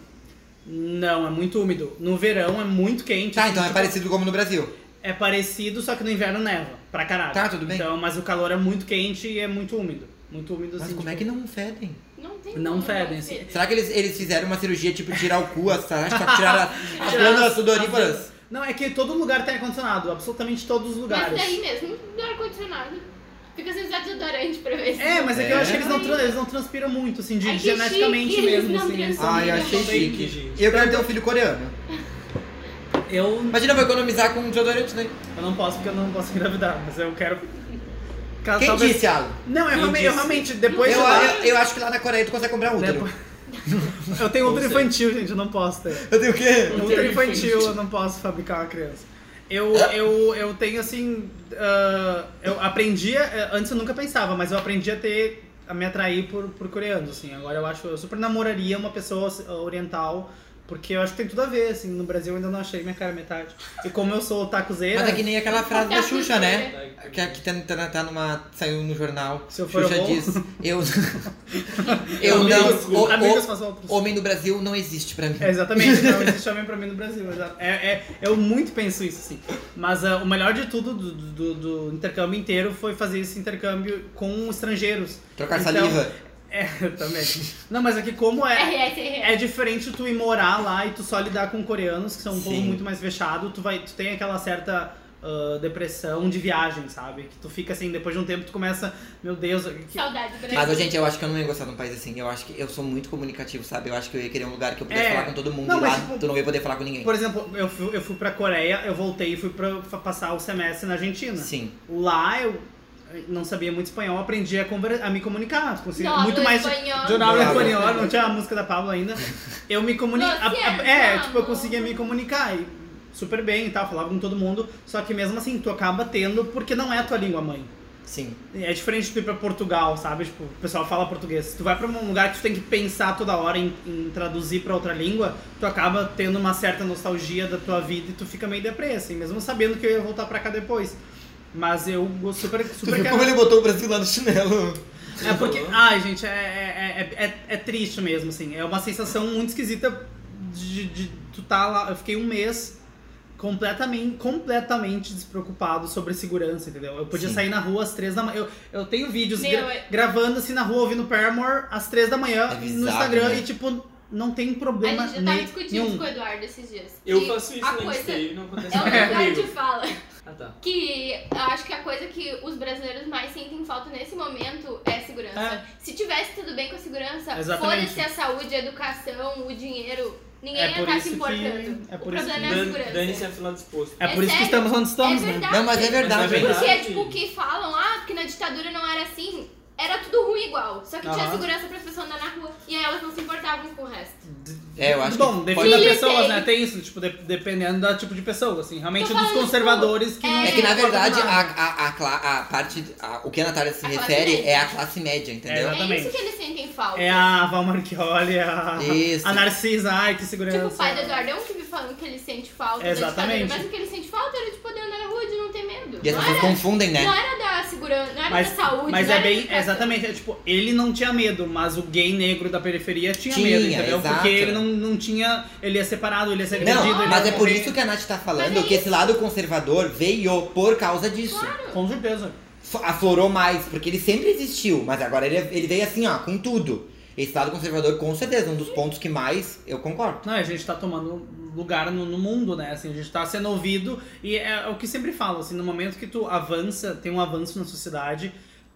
Speaker 4: não, é muito úmido. No verão é muito quente.
Speaker 1: Tá,
Speaker 4: assim,
Speaker 1: então é
Speaker 4: tipo,
Speaker 1: parecido como no Brasil.
Speaker 4: É parecido, só que no inverno neva, pra caralho.
Speaker 1: Tá, tudo bem.
Speaker 4: Então, mas o calor é muito quente e é muito úmido. Muito úmido,
Speaker 1: Mas
Speaker 4: assim.
Speaker 1: como é que não fedem?
Speaker 3: Não tem
Speaker 4: Não
Speaker 3: como
Speaker 4: fedem,
Speaker 3: não
Speaker 4: assim.
Speaker 3: feder.
Speaker 1: Será que eles, eles fizeram uma cirurgia tipo tirar o cu, as, acho que tiraram as, as glândulas sudoríparas?
Speaker 4: Não, é que todo lugar tem ar-condicionado, absolutamente todos os lugares.
Speaker 3: Mas daí mesmo, do ar-condicionado. Fica sem usar desodorante pra ver se. (laughs)
Speaker 4: É, mas é que eu
Speaker 1: É?
Speaker 4: acho que eles não, tra- eles não transpiram muito, assim, de,
Speaker 3: Ai, É que
Speaker 4: geneticamente
Speaker 3: chique, eles
Speaker 4: mesmo.
Speaker 3: não
Speaker 4: Assim, eles são
Speaker 1: Ai,
Speaker 4: meio-
Speaker 1: achei
Speaker 4: são meio-
Speaker 1: chique. Eu quero ter um filho coreano.
Speaker 4: Eu,
Speaker 1: Imagina, eu vou economizar com um desodorante, né?
Speaker 4: eu não posso porque eu não posso (laughs) engravidar, mas eu quero. Casar
Speaker 1: Quem
Speaker 4: Tá, talvez-
Speaker 1: disse, Alan?
Speaker 4: Não, eu,
Speaker 2: Quem
Speaker 4: realmente, eu
Speaker 2: disse?
Speaker 4: realmente, depois
Speaker 1: eu,
Speaker 4: de lá-
Speaker 1: eu, eu acho que lá na Coreia tu consegue comprar útero.
Speaker 4: Depois- Né, Eu tenho
Speaker 2: Ou
Speaker 4: útero
Speaker 2: seja-
Speaker 4: infantil, gente, eu não posso ter.
Speaker 1: Eu tenho o quê?
Speaker 4: Ultra infantil, eu não posso fabricar uma criança. Eu, eu, eu tenho assim. ah, eu aprendi. a- Antes eu nunca pensava, mas eu aprendi a ter. a me atrair por, por coreanos, assim. Agora eu acho. Eu super namoraria uma pessoa assim, oriental. Porque eu acho que tem tudo a ver, assim. No Brasil eu ainda não achei minha cara metade. E como eu sou tacuzeira.
Speaker 1: Mas é que nem aquela frase da Xuxa, né?
Speaker 2: Tá,
Speaker 1: Que aqui tá, tá, tá numa. saiu no jornal.
Speaker 4: Se eu for
Speaker 1: Xuxa
Speaker 4: bom.
Speaker 1: diz.
Speaker 4: (laughs)
Speaker 1: Eu. eu não. o-
Speaker 4: Amigas
Speaker 1: o-
Speaker 4: façam outros.
Speaker 1: homem do Brasil não existe pra mim.
Speaker 4: É, exatamente, não existe homem pra mim no Brasil. exato. É, é- eu muito penso isso, assim. Mas ah, o melhor de tudo do, do- do intercâmbio inteiro foi fazer esse intercâmbio com estrangeiros.
Speaker 1: Trocar
Speaker 4: Então,
Speaker 1: saliva.
Speaker 4: É, (laughs) eu também. Não, mas aqui como é.
Speaker 3: RS, RS.
Speaker 4: É diferente tu ir morar lá e tu só lidar com coreanos, que são um povo
Speaker 1: Sim.
Speaker 4: muito mais fechado, tu, vai, tu tem aquela certa ah, depressão de viagem, sabe? Que tu fica assim, depois de um tempo tu começa, meu Deus, que-
Speaker 3: Saudade do Brasil.
Speaker 1: Mas, gente, eu acho que eu não ia gostar de um país assim. Eu acho que eu sou muito comunicativo, sabe? Eu acho que eu ia querer um lugar que eu pudesse
Speaker 4: É.
Speaker 1: falar com todo mundo.
Speaker 4: Não,
Speaker 1: e
Speaker 4: mas,
Speaker 1: lá
Speaker 4: tipo,
Speaker 1: tu não ia poder falar com ninguém.
Speaker 4: Por exemplo, eu fui, eu fui pra Coreia, eu voltei e fui pra, pra passar o semestre na Argentina.
Speaker 1: Sim.
Speaker 4: Lá eu não sabia muito espanhol, aprendi a, conver- a me comunicar. Consegui
Speaker 3: Não,
Speaker 4: muito
Speaker 3: no
Speaker 4: mais.
Speaker 3: espanhol.
Speaker 4: Eu não hablo
Speaker 1: Claro.
Speaker 4: espanhol, não tinha a música da Pablo ainda. Eu me comuniquei.
Speaker 3: Você
Speaker 4: É,
Speaker 3: ama.
Speaker 4: tipo, eu conseguia me comunicar e super bem e tal, falava com todo mundo. Só que mesmo assim, tu acaba tendo, porque não é a tua língua mãe.
Speaker 1: Sim.
Speaker 4: É diferente de tu ir pra Portugal, sabe? Tipo, o pessoal fala português. Tu vai pra um lugar que tu tem que pensar toda hora em, em traduzir pra outra língua, tu acaba tendo uma certa nostalgia da tua vida e tu fica meio deprê, assim, mesmo sabendo que eu ia voltar pra cá depois. Mas eu go- super, super quero.
Speaker 1: Tipo, botou o Brasil lá no chinelo?
Speaker 4: É porque. Ai, gente, é, é, é, é- é triste mesmo, assim. É uma sensação muito esquisita de, de tu tá lá. Eu fiquei um mês completamente, completamente despreocupado sobre segurança, entendeu? Eu podia
Speaker 1: Sim.
Speaker 4: sair na rua às três da manhã. Eu, eu tenho vídeos
Speaker 3: Meu,
Speaker 4: gra-
Speaker 3: é-
Speaker 4: gravando assim na rua, ouvindo Paramore às três da manhã
Speaker 1: É
Speaker 4: no
Speaker 1: bizarro,
Speaker 4: Instagram
Speaker 1: né?
Speaker 4: e tipo, não tem
Speaker 3: A gente
Speaker 4: problema
Speaker 3: já tava discutindo isso
Speaker 4: nenhum.
Speaker 3: com o Eduardo esses dias.
Speaker 2: Eu
Speaker 3: Que
Speaker 2: faço isso
Speaker 3: a
Speaker 2: na
Speaker 3: coisa
Speaker 2: coisa... e não acontece
Speaker 3: É o
Speaker 2: nada
Speaker 3: lugar de
Speaker 2: comigo.
Speaker 3: fala.
Speaker 2: Ah, tá.
Speaker 3: Que eu acho que a coisa que os brasileiros mais sentem falta nesse momento é segurança.
Speaker 4: É.
Speaker 3: Se tivesse tudo bem com a segurança,
Speaker 4: Exatamente.
Speaker 3: foda-se a saúde, a educação, o dinheiro, ninguém
Speaker 4: É
Speaker 3: ia
Speaker 4: por
Speaker 3: estar
Speaker 4: isso
Speaker 3: se
Speaker 4: que-
Speaker 3: importando.
Speaker 4: é
Speaker 3: o
Speaker 4: por
Speaker 3: problema
Speaker 4: isso que-
Speaker 3: é a
Speaker 2: Dan-
Speaker 3: segurança.
Speaker 2: Dane-se a fila dos postos.
Speaker 4: É
Speaker 3: É
Speaker 4: por isso que
Speaker 3: sério?
Speaker 4: estamos onde estamos,
Speaker 3: é
Speaker 4: né?
Speaker 3: verdade.
Speaker 1: Não, mas é verdade.
Speaker 2: Mas é verdade.
Speaker 3: Porque é tipo o que falam, ah, porque na ditadura não era assim. Era tudo ruim igual. Só que tinha
Speaker 4: Aham.
Speaker 3: segurança para as pessoas andar na rua e aí elas não se importavam com o resto.
Speaker 1: É, eu acho
Speaker 4: Bom,
Speaker 1: que.
Speaker 4: depende da
Speaker 3: Sim,
Speaker 4: pessoa,
Speaker 3: tem.
Speaker 4: né? Tem isso, tipo, de- dependendo do tipo de pessoa, assim. Realmente
Speaker 3: Tô
Speaker 4: dos
Speaker 3: falando,
Speaker 4: conservadores que
Speaker 3: é-
Speaker 4: não
Speaker 1: É
Speaker 4: se
Speaker 1: que na
Speaker 4: importam
Speaker 1: verdade
Speaker 4: nada.
Speaker 1: a, a, a, cla- a parte. a- o que a Natália se
Speaker 3: A classe
Speaker 1: refere
Speaker 3: média.
Speaker 1: é a classe média, entendeu?
Speaker 4: É,
Speaker 3: É
Speaker 4: Exatamente.
Speaker 3: isso que eles sentem falta.
Speaker 4: É a Val Marchioli, a,
Speaker 1: Isso.
Speaker 4: a Narcisa, ai que segurança.
Speaker 3: Tipo, o pai do Eduardo é um que me falando que ele sente falta
Speaker 4: Exatamente.
Speaker 3: da ditadura, mas o que ele sente falta era de poder andar na rua, de não ter medo.
Speaker 1: E as
Speaker 3: não,
Speaker 1: pessoas
Speaker 3: era,
Speaker 1: confundem,
Speaker 3: não
Speaker 1: né?
Speaker 3: era da segurança, não era
Speaker 4: Mas,
Speaker 3: da saúde, né?
Speaker 4: mas
Speaker 3: não
Speaker 4: é
Speaker 3: era
Speaker 4: bem,
Speaker 3: da educação.
Speaker 4: exatamente, é tipo, ele não tinha medo, mas o gay negro da periferia tinha,
Speaker 1: Tinha,
Speaker 4: medo, entendeu?
Speaker 1: exato.
Speaker 4: Porque ele não, não tinha, ele ia separado, ele ia ser agredido.
Speaker 1: Não,
Speaker 4: ele
Speaker 1: mas
Speaker 4: ia
Speaker 1: é por
Speaker 4: morrer.
Speaker 1: isso que a Nath tá
Speaker 3: Mas é
Speaker 1: falando que esse
Speaker 3: isso.
Speaker 1: lado conservador veio por causa disso.
Speaker 4: Com certeza.
Speaker 1: Fo- aflorou mais, porque ele sempre existiu, mas agora ele, ele veio assim, ó, com tudo. Esse lado conservador, com certeza, um dos pontos que mais eu concordo.
Speaker 4: Não, a gente tá tomando lugar no, no mundo, né? Assim, a gente tá sendo ouvido. E é o que sempre falo, assim, no momento que tu avança, tem um avanço na sociedade,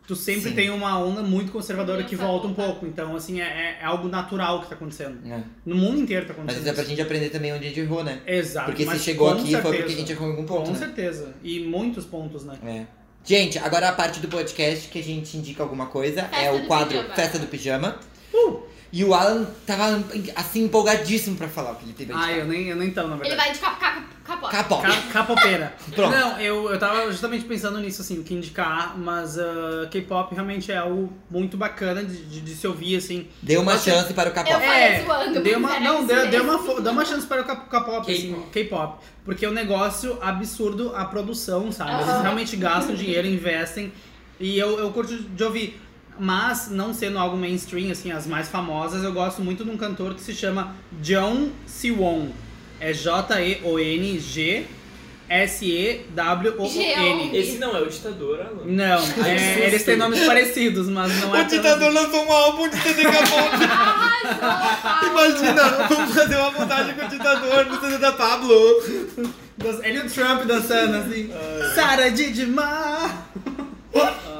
Speaker 4: tu sempre
Speaker 1: Sim.
Speaker 4: tem uma onda muito conservadora que
Speaker 3: Essa
Speaker 4: volta um
Speaker 3: onda.
Speaker 4: pouco. Então, assim, é, é algo natural que tá acontecendo.
Speaker 1: né?
Speaker 4: No mundo inteiro tá
Speaker 1: Mas
Speaker 4: acontecendo.
Speaker 1: isso é pra gente aprender também onde a gente errou, né?
Speaker 4: isso. Exato.
Speaker 1: Porque se
Speaker 4: mas
Speaker 1: chegou
Speaker 4: com
Speaker 1: aqui foi porque a
Speaker 4: certeza.
Speaker 1: gente errou em algum ponto,
Speaker 4: Com
Speaker 1: né?
Speaker 4: certeza. E muitos pontos, né?
Speaker 1: É. Gente, agora a parte do podcast que a gente indica alguma coisa é
Speaker 3: Festa
Speaker 1: o
Speaker 3: do
Speaker 1: quadro
Speaker 3: Pijama.
Speaker 1: Festa do Pijama.
Speaker 4: Uh!
Speaker 1: E o Alan tava assim empolgadíssimo pra falar o que ele teve
Speaker 4: Ah, eu nem, eu nem então, na
Speaker 3: Ele
Speaker 4: verdade.
Speaker 3: vai indicar cap, capota.
Speaker 1: Capota.
Speaker 4: Ca- Capopeira.
Speaker 1: Pronto.
Speaker 4: Não, eu, eu tava justamente pensando nisso, assim, o que indicar, mas ah, K-pop realmente é algo muito bacana de, de- de se ouvir, assim.
Speaker 1: Deu uma
Speaker 4: Nossa.
Speaker 1: chance para o
Speaker 3: Eu
Speaker 1: Capota.
Speaker 3: falei zoando,
Speaker 4: É, deu
Speaker 3: mas
Speaker 4: uma,
Speaker 3: era
Speaker 4: não,
Speaker 3: isso
Speaker 4: deu, deu
Speaker 3: mesmo.
Speaker 4: uma, fo- (laughs) dá uma chance para o K- K-pop, assim,
Speaker 2: K-pop.
Speaker 4: K-pop. Porque é um negócio absurdo a produção, sabe? Eles
Speaker 3: Aham.
Speaker 4: realmente (laughs) gastam dinheiro, investem. E eu, eu curto de ouvir. Mas, não sendo algo mainstream, assim, as mais famosas, eu gosto muito de um cantor que se chama John Siwon. É J-E-O-N-G-S-E-W-O-N.
Speaker 2: Esse não é o ditador, Alan.
Speaker 4: (laughs) Não,
Speaker 2: Ai,
Speaker 4: é,
Speaker 2: que susto.
Speaker 4: eles têm nomes parecidos, mas não é. tão-
Speaker 1: lançou um álbum de CD Capota.
Speaker 3: Arrasou, Paulo.
Speaker 1: Imagina, vamos fazer uma montagem com o ditador no CD da Pablo.
Speaker 4: Dan- Ele e o Trump dançando assim. Sara Didimar!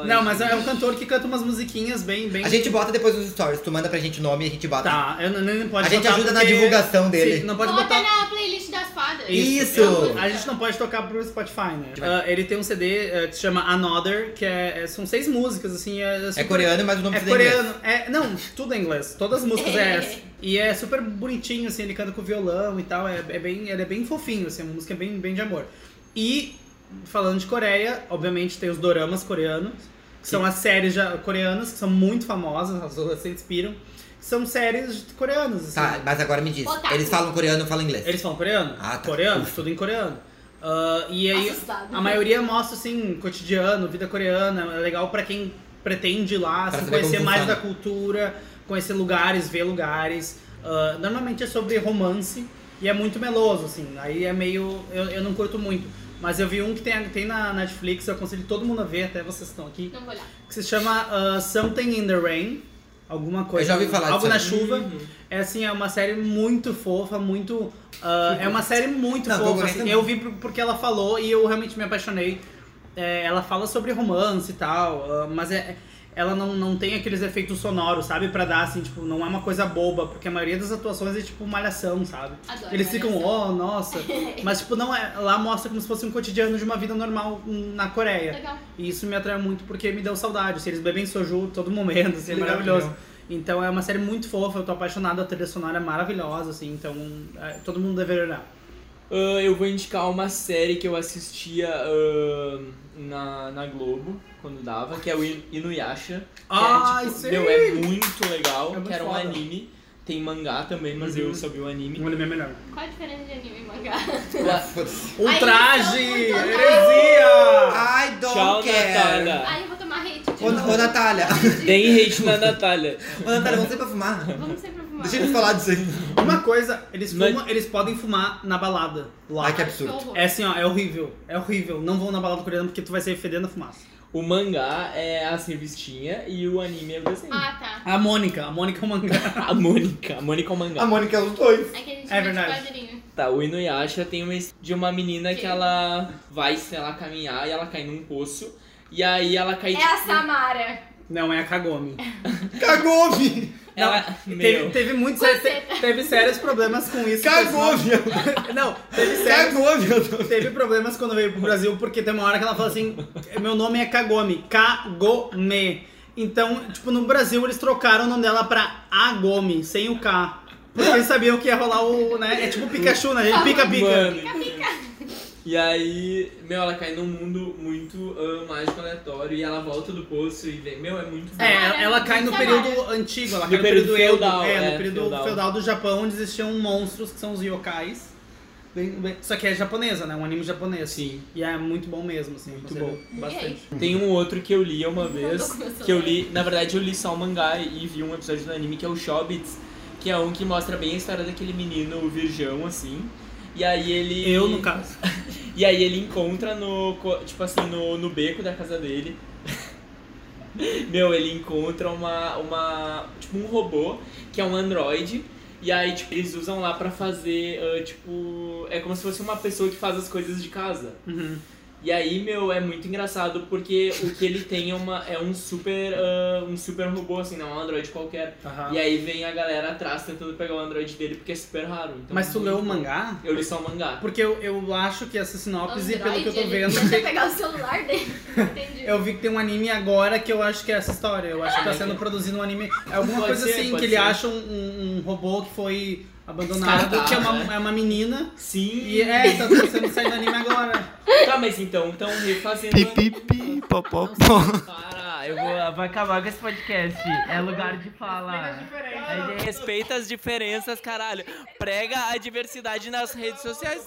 Speaker 4: Não, mas é um cantor que canta umas musiquinhas bem, bem.
Speaker 1: A gente bota depois nos stories. Tu manda pra gente o nome e a gente bota.
Speaker 4: Tá, eu não, não pode
Speaker 1: A gente
Speaker 4: botar
Speaker 1: ajuda na
Speaker 4: porque-
Speaker 1: divulgação dele.
Speaker 4: Sim, não (laughs) pode
Speaker 3: Bota
Speaker 4: botar.
Speaker 3: na playlist das fadas.
Speaker 1: Isso.
Speaker 4: Eu- a gente não pode tocar pro Spotify, né?
Speaker 1: vai-
Speaker 4: Ah, ele tem um CD eh, que se chama Another, que é, é- são seis músicas, assim. É,
Speaker 1: É
Speaker 4: super-
Speaker 1: coreano, mas o nome
Speaker 4: É
Speaker 1: tudo em inglês.
Speaker 4: coreano. É, não, tudo em inglês. Todas as músicas é essa. E é super bonitinho, assim, ele canta com violão e tal. É, é bem, ele é bem fofinho, assim, uma música bem, bem de amor. E, falando de Coreia, obviamente tem os doramas coreanos, que são as séries já- coreanas, que são muito famosas, as duas se inspiram. São séries coreanas, assim.
Speaker 1: Tá, mas agora me diz.
Speaker 3: Otaku.
Speaker 1: Eles falam coreano ou falam inglês?
Speaker 4: Eles falam coreano?
Speaker 1: Ah, tá.
Speaker 4: Coreano,
Speaker 1: Ufa.
Speaker 4: tudo em coreano. Ah, e aí,
Speaker 3: Assustado.
Speaker 4: a maioria mostra, assim, cotidiano, vida coreana. É legal pra quem pretende ir
Speaker 1: Pra
Speaker 4: lá, assim,
Speaker 1: saber como
Speaker 4: conhecer mais
Speaker 1: funciona.
Speaker 4: da cultura, conhecer lugares, ver lugares. Ah, normalmente é sobre romance e é muito meloso, assim. Aí é meio... Eu, eu não curto muito. Mas eu vi um que tem, tem na Netflix, eu aconselho todo mundo a ver, até vocês que estão aqui.
Speaker 3: Não vou olhar.
Speaker 4: Que se chama ah, Something in the Rain. Alguma coisa.
Speaker 1: ouvi falar disso.
Speaker 4: Algo na chuva.
Speaker 2: Uhum.
Speaker 4: É assim, é uma série muito fofa, muito. ah, é uma série muito
Speaker 1: Não, então.
Speaker 4: fofa.
Speaker 1: Gogurã
Speaker 4: assim.
Speaker 1: também.
Speaker 4: Eu vi por- porque ela falou e eu realmente me apaixonei. É, ela fala sobre romance e tal, ah, mas é- ela não, não tem aqueles efeitos sonoros, sabe? Pra dar, assim, tipo, não é uma coisa boba, porque a maioria das atuações é tipo malhação, sabe?
Speaker 3: Adoro.
Speaker 4: Eles ficam,
Speaker 3: Malhação.
Speaker 4: oh, nossa. Mas, tipo, não é. Lá mostra como se fosse um cotidiano de uma vida normal hum, na Coreia.
Speaker 3: Legal.
Speaker 4: E isso me atrai muito porque me deu saudade. Se eles bebem soju todo momento, assim, é maravilhoso. Então é uma série muito fofa, eu tô apaixonado, a trilha sonora é maravilhosa, assim, então é, todo mundo deveria olhar.
Speaker 2: Ah, eu vou indicar uma série que eu assistia ah, na, na Globo, quando dava, que é o In- Inuyasha. que
Speaker 4: Ah,
Speaker 2: é, tipo,
Speaker 4: isso aí!
Speaker 2: meu, é muito legal,
Speaker 4: É muito
Speaker 2: que era um
Speaker 4: foda.
Speaker 2: anime. Tem mangá também, mas
Speaker 4: Uhum.
Speaker 2: eu só vi o anime.
Speaker 4: Um anime é melhor.
Speaker 3: Qual a diferença de anime e mangá?
Speaker 1: Tá, Foda-se.
Speaker 4: Ultraje!
Speaker 3: eles são muito
Speaker 4: Heresia!
Speaker 1: I don't
Speaker 2: Ah. Tchau,
Speaker 1: care.
Speaker 4: Tá.
Speaker 2: Natália.
Speaker 3: Ai, eu vou tomar hate de
Speaker 1: Ô,
Speaker 3: novo.
Speaker 1: ô, Natália.
Speaker 2: Tem hate na Natália.
Speaker 1: Ô, Natália, vamos sempre pra fumar.
Speaker 3: Vamos sempre pro fumar.
Speaker 1: Deixa ele falar disso aí.
Speaker 4: Uma coisa, eles
Speaker 2: Mas-
Speaker 4: fumam, eles podem fumar na balada lá.
Speaker 1: Ai, que absurdo.
Speaker 3: horror.
Speaker 4: É assim, ó, é horrível. É horrível. Não vão na balada coreana porque tu vai sair fedendo a fumaça.
Speaker 2: O mangá é as revistinhas e o anime é o desenho.
Speaker 3: Ah, tá.
Speaker 4: A Mônica, a Mônica é o mangá.
Speaker 2: A Mônica, a Mônica é o mangá.
Speaker 1: A Mônica é os dois.
Speaker 3: É que a gente
Speaker 4: É
Speaker 3: vê de
Speaker 4: verdade.
Speaker 3: quadrinho.
Speaker 2: Tá, o Inuyasha tem uma his- de uma menina que
Speaker 3: Sim.
Speaker 2: ela vai, sei lá, caminhar e ela cai num poço. E aí ela cai tipo,
Speaker 3: É a Samara.
Speaker 4: (laughs) Não, é a Kagome.
Speaker 1: Cagou-me.
Speaker 2: Ela,
Speaker 4: Teve,
Speaker 2: meu,
Speaker 4: teve muitos.
Speaker 3: Você-
Speaker 4: te- teve sérios problemas com isso.
Speaker 1: Cagou-me.
Speaker 4: pessoal. (laughs) Não, teve sérios.
Speaker 1: Cagou-me.
Speaker 4: Teve problemas quando veio pro Brasil, porque tem uma hora que ela fala assim: meu nome é Kagome, Kagome. Então, tipo, no Brasil eles trocaram o nome dela pra Agome, sem o K. Porque eles sabiam que ia rolar o, né? É tipo Pikachu, né? Ele pica, pica.
Speaker 2: mano. E aí, meu, ela cai num mundo muito ah, mágico aleatório e ela volta do poço e vem, meu, é muito bom.
Speaker 4: É, ela cai no período antigo, ela cai
Speaker 2: No
Speaker 4: no período
Speaker 2: período
Speaker 4: Edo.
Speaker 2: feudal,
Speaker 4: É,
Speaker 2: é,
Speaker 4: no período
Speaker 2: feudal.
Speaker 4: feudal do Japão, onde existiam monstros que são os yokais. Bem- bem- Só que é japonesa, né? Um anime japonês.
Speaker 2: Sim.
Speaker 4: E é muito bom mesmo, assim.
Speaker 2: Muito
Speaker 4: aconselho
Speaker 3: é
Speaker 2: bom.
Speaker 4: Bastante.
Speaker 2: Tem um outro que eu li uma vez,
Speaker 3: tô começando
Speaker 2: que eu li, na verdade eu li só o mangá e vi um episódio do anime que é o Shobits, que é um que mostra bem a história daquele menino, o virgão, assim. E aí ele.
Speaker 4: Eu, no caso.
Speaker 2: E aí ele encontra no. co- Tipo assim, no, no beco da casa dele. (laughs) Meu, ele encontra uma, uma. Tipo um robô, que é um android. E aí, tipo, eles usam lá pra fazer. ah, tipo. É como se fosse uma pessoa que faz as coisas de casa.
Speaker 4: Uhum.
Speaker 2: E aí, meu, é muito engraçado porque o que ele tem é, uma, é um super. ah, um super robô, assim, não é um android qualquer.
Speaker 4: Aham.
Speaker 2: E aí vem a galera atrás tentando pegar o android dele porque é super raro. Então,
Speaker 4: Mas tu leu o mangá?
Speaker 2: Eu li só o mangá.
Speaker 4: Porque eu, eu acho que essa sinopse, pelo que eu tô
Speaker 3: Android,
Speaker 4: vendo,
Speaker 3: Ele
Speaker 4: tem-
Speaker 3: tenta pegar o celular dele. (laughs) Entendi.
Speaker 4: (laughs) eu vi que tem um anime agora que eu acho que é essa história. Eu acho que tá sendo produzido um anime. é Alguma
Speaker 2: Pode
Speaker 4: coisa
Speaker 2: ser,
Speaker 4: assim,
Speaker 2: pode
Speaker 4: que
Speaker 2: ser.
Speaker 4: ele acha um, um- um robô que foi abandonado,
Speaker 2: Descartado,
Speaker 4: que é uma,
Speaker 2: né?
Speaker 4: é uma menina.
Speaker 2: Sim.
Speaker 4: E é, tá sendo sair do anime agora.
Speaker 2: Tá, mas então, estão refazendo.
Speaker 1: Pipipi, popopó.
Speaker 2: Para, eu vou, vai acabar com esse podcast. É lugar de falar. Respeita as diferenças, caralho. Prega a diversidade nas redes sociais.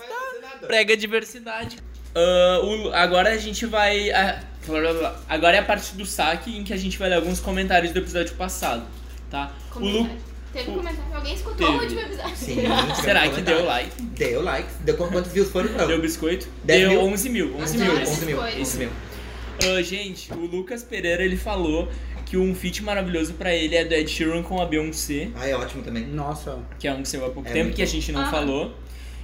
Speaker 2: Prega a diversidade. Ah, o- agora a gente vai. ah, blá, blá, blá. agora é a parte do saque em que a gente vai ler alguns comentários do episódio passado, tá? O Lu-
Speaker 3: Comentário. Teve
Speaker 2: o-
Speaker 3: comentário. Alguém escutou
Speaker 2: Teve.
Speaker 3: o último episódio?
Speaker 1: Sim. tá.
Speaker 2: Será que deu like?
Speaker 1: Deu likes. Deu quant- quantos views foram? então? Não.
Speaker 2: Deu biscoito?
Speaker 1: Dez
Speaker 2: Deu
Speaker 1: mil?
Speaker 2: 11 mil. 11 mil.
Speaker 3: Adoro
Speaker 1: 11 mil.
Speaker 3: biscoito.
Speaker 1: 11 mil.
Speaker 2: Ah, gente, o Lucas Pereira ele falou que um feat maravilhoso pra ele é do Ed Sheeran com a Beyoncé,
Speaker 1: Ah, é ótimo também.
Speaker 4: Nossa.
Speaker 2: que é um que saiu há pouco
Speaker 1: É
Speaker 2: tempo,
Speaker 1: muito
Speaker 2: que a gente não
Speaker 3: Aham.
Speaker 2: falou.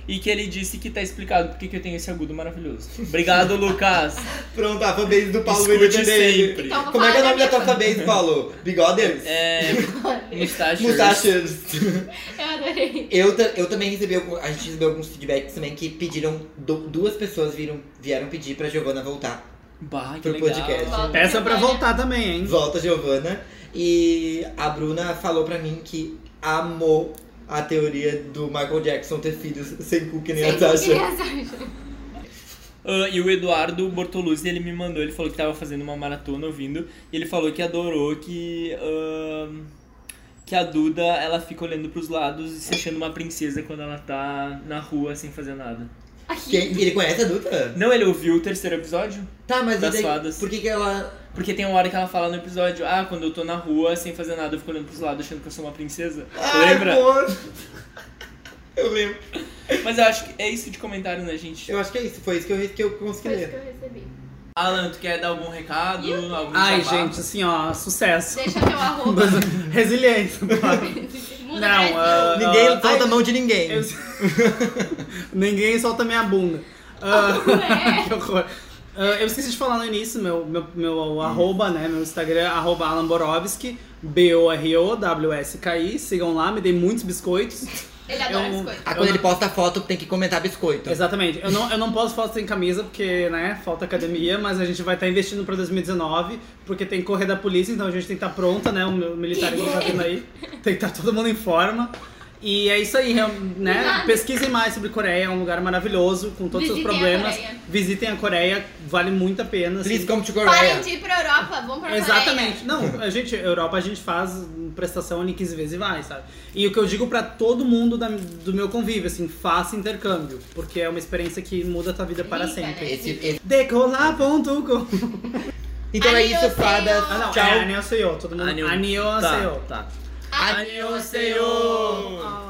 Speaker 2: e que ele disse que tá explicado porque que eu tenho esse agudo maravilhoso. Obrigado,
Speaker 1: (laughs)
Speaker 2: Lucas.
Speaker 1: Pronto, a fanbase do Paulo
Speaker 2: Escute
Speaker 1: William dele.
Speaker 2: sempre.
Speaker 3: Então vou
Speaker 1: Como é que é o
Speaker 3: falar
Speaker 1: nome da tua
Speaker 3: minha
Speaker 1: fanbase, Paulo? Bigoders?
Speaker 2: É, (laughs) mustache.
Speaker 1: Mustachers.
Speaker 3: fã. Eu adorei.
Speaker 1: Eu, ta- eu também recebi, algum- a gente recebeu alguns feedbacks também que pediram, du- duas pessoas viram, vieram pedir pra Giovana voltar.
Speaker 2: Bah, que
Speaker 1: Pro
Speaker 2: legal.
Speaker 1: podcast.
Speaker 3: Volta.
Speaker 4: Peça é pra voltar também, hein?
Speaker 1: Volta, Giovana. E a Bruna falou pra mim que amou a teoria do Michael Jackson ter filhos sem cu que nem a
Speaker 3: Sempre queria
Speaker 1: Tasha.
Speaker 3: a Sasha.
Speaker 2: Ah, e o Eduardo Bortoluzzi, ele me mandou, ele falou que tava fazendo uma maratona ouvindo, e ele falou que adorou que. ah, que a Duda, ela fica olhando pros lados e se achando uma princesa quando ela tá na rua sem fazer nada.
Speaker 3: Aqui.
Speaker 1: Quem, ele conhece a Duda?
Speaker 2: Não, ele ouviu o terceiro episódio?
Speaker 1: Tá, mas
Speaker 2: Das
Speaker 1: e daí,
Speaker 2: fadas.
Speaker 1: por que que ela...
Speaker 2: Porque tem uma hora que ela fala no episódio, ah, quando eu tô na rua sem fazer nada, eu fico olhando pros lados achando que eu sou uma princesa.
Speaker 1: Ah,
Speaker 2: Lembra?
Speaker 1: Ai, amor. Eu lembro.
Speaker 2: Mas eu acho que é isso de comentário, né, gente?
Speaker 1: Eu acho que é isso, foi isso que eu, que eu consegui
Speaker 3: Foi isso que
Speaker 1: ler.
Speaker 3: eu recebi.
Speaker 2: Alan, tu quer dar algum recado? Algum
Speaker 4: Ai,
Speaker 2: jabá?
Speaker 4: gente, assim, ó, sucesso.
Speaker 3: Deixa meu arroba.
Speaker 4: (laughs) Resiliência.
Speaker 3: Mundo
Speaker 4: Não,
Speaker 3: Brasil.
Speaker 4: ah,
Speaker 1: Ninguém
Speaker 4: ah,
Speaker 1: solta a
Speaker 4: ai,
Speaker 1: mão de ninguém.
Speaker 4: eu- Ninguém solta minha bunda. Ah, (laughs) que horror. Ah, eu esqueci de falar no início, meu, meu, meu arroba, né? Meu Instagram, arroba Alan Borowski, B-O-R-O-W-S-K-I. Sigam lá, me dei muitos biscoitos.
Speaker 3: Ele adora
Speaker 4: eu-
Speaker 3: as coisas.
Speaker 1: Ah, quando ele posta foto, tem que comentar biscoito.
Speaker 4: Exatamente. Eu não, eu não posso falar sem camisa, porque, né, falta academia, mas a gente vai estar investindo pra 2019, porque tem correr da polícia, então a gente tem que estar pronta, né? O meu militarismo tá vindo aí. Tem que estar todo mundo em forma. E é isso aí, real- né? Pesquisem mais sobre Coreia, é um lugar maravilhoso, com todos os seus
Speaker 3: Visitem a
Speaker 4: problemas.
Speaker 3: Coreia.
Speaker 4: Visitem a Coreia, vale muito a pena. assim.
Speaker 1: Please come to Korea.
Speaker 3: Parem de ir pra Europa, vamos pra Coreia.
Speaker 4: Exatamente. Não, a gente, Europa, a gente faz prestação ali 15 vezes e vai, sabe? E o que eu digo pra todo mundo da- do meu convívio, assim, faça intercâmbio, porque é uma experiência que muda a tua vida para
Speaker 3: Rica,
Speaker 4: sempre.
Speaker 3: né?
Speaker 1: Esse- esse-
Speaker 4: Decolar.com
Speaker 1: Então é isso,
Speaker 3: Annyeonghaseyo.
Speaker 1: fadas.
Speaker 4: Ah, não,
Speaker 1: Tchau.
Speaker 4: é Anil Seio, todo mundo.
Speaker 2: Anil-
Speaker 4: Anil
Speaker 2: Tá, tá.
Speaker 3: Ai,
Speaker 1: Annyeonghaseyo.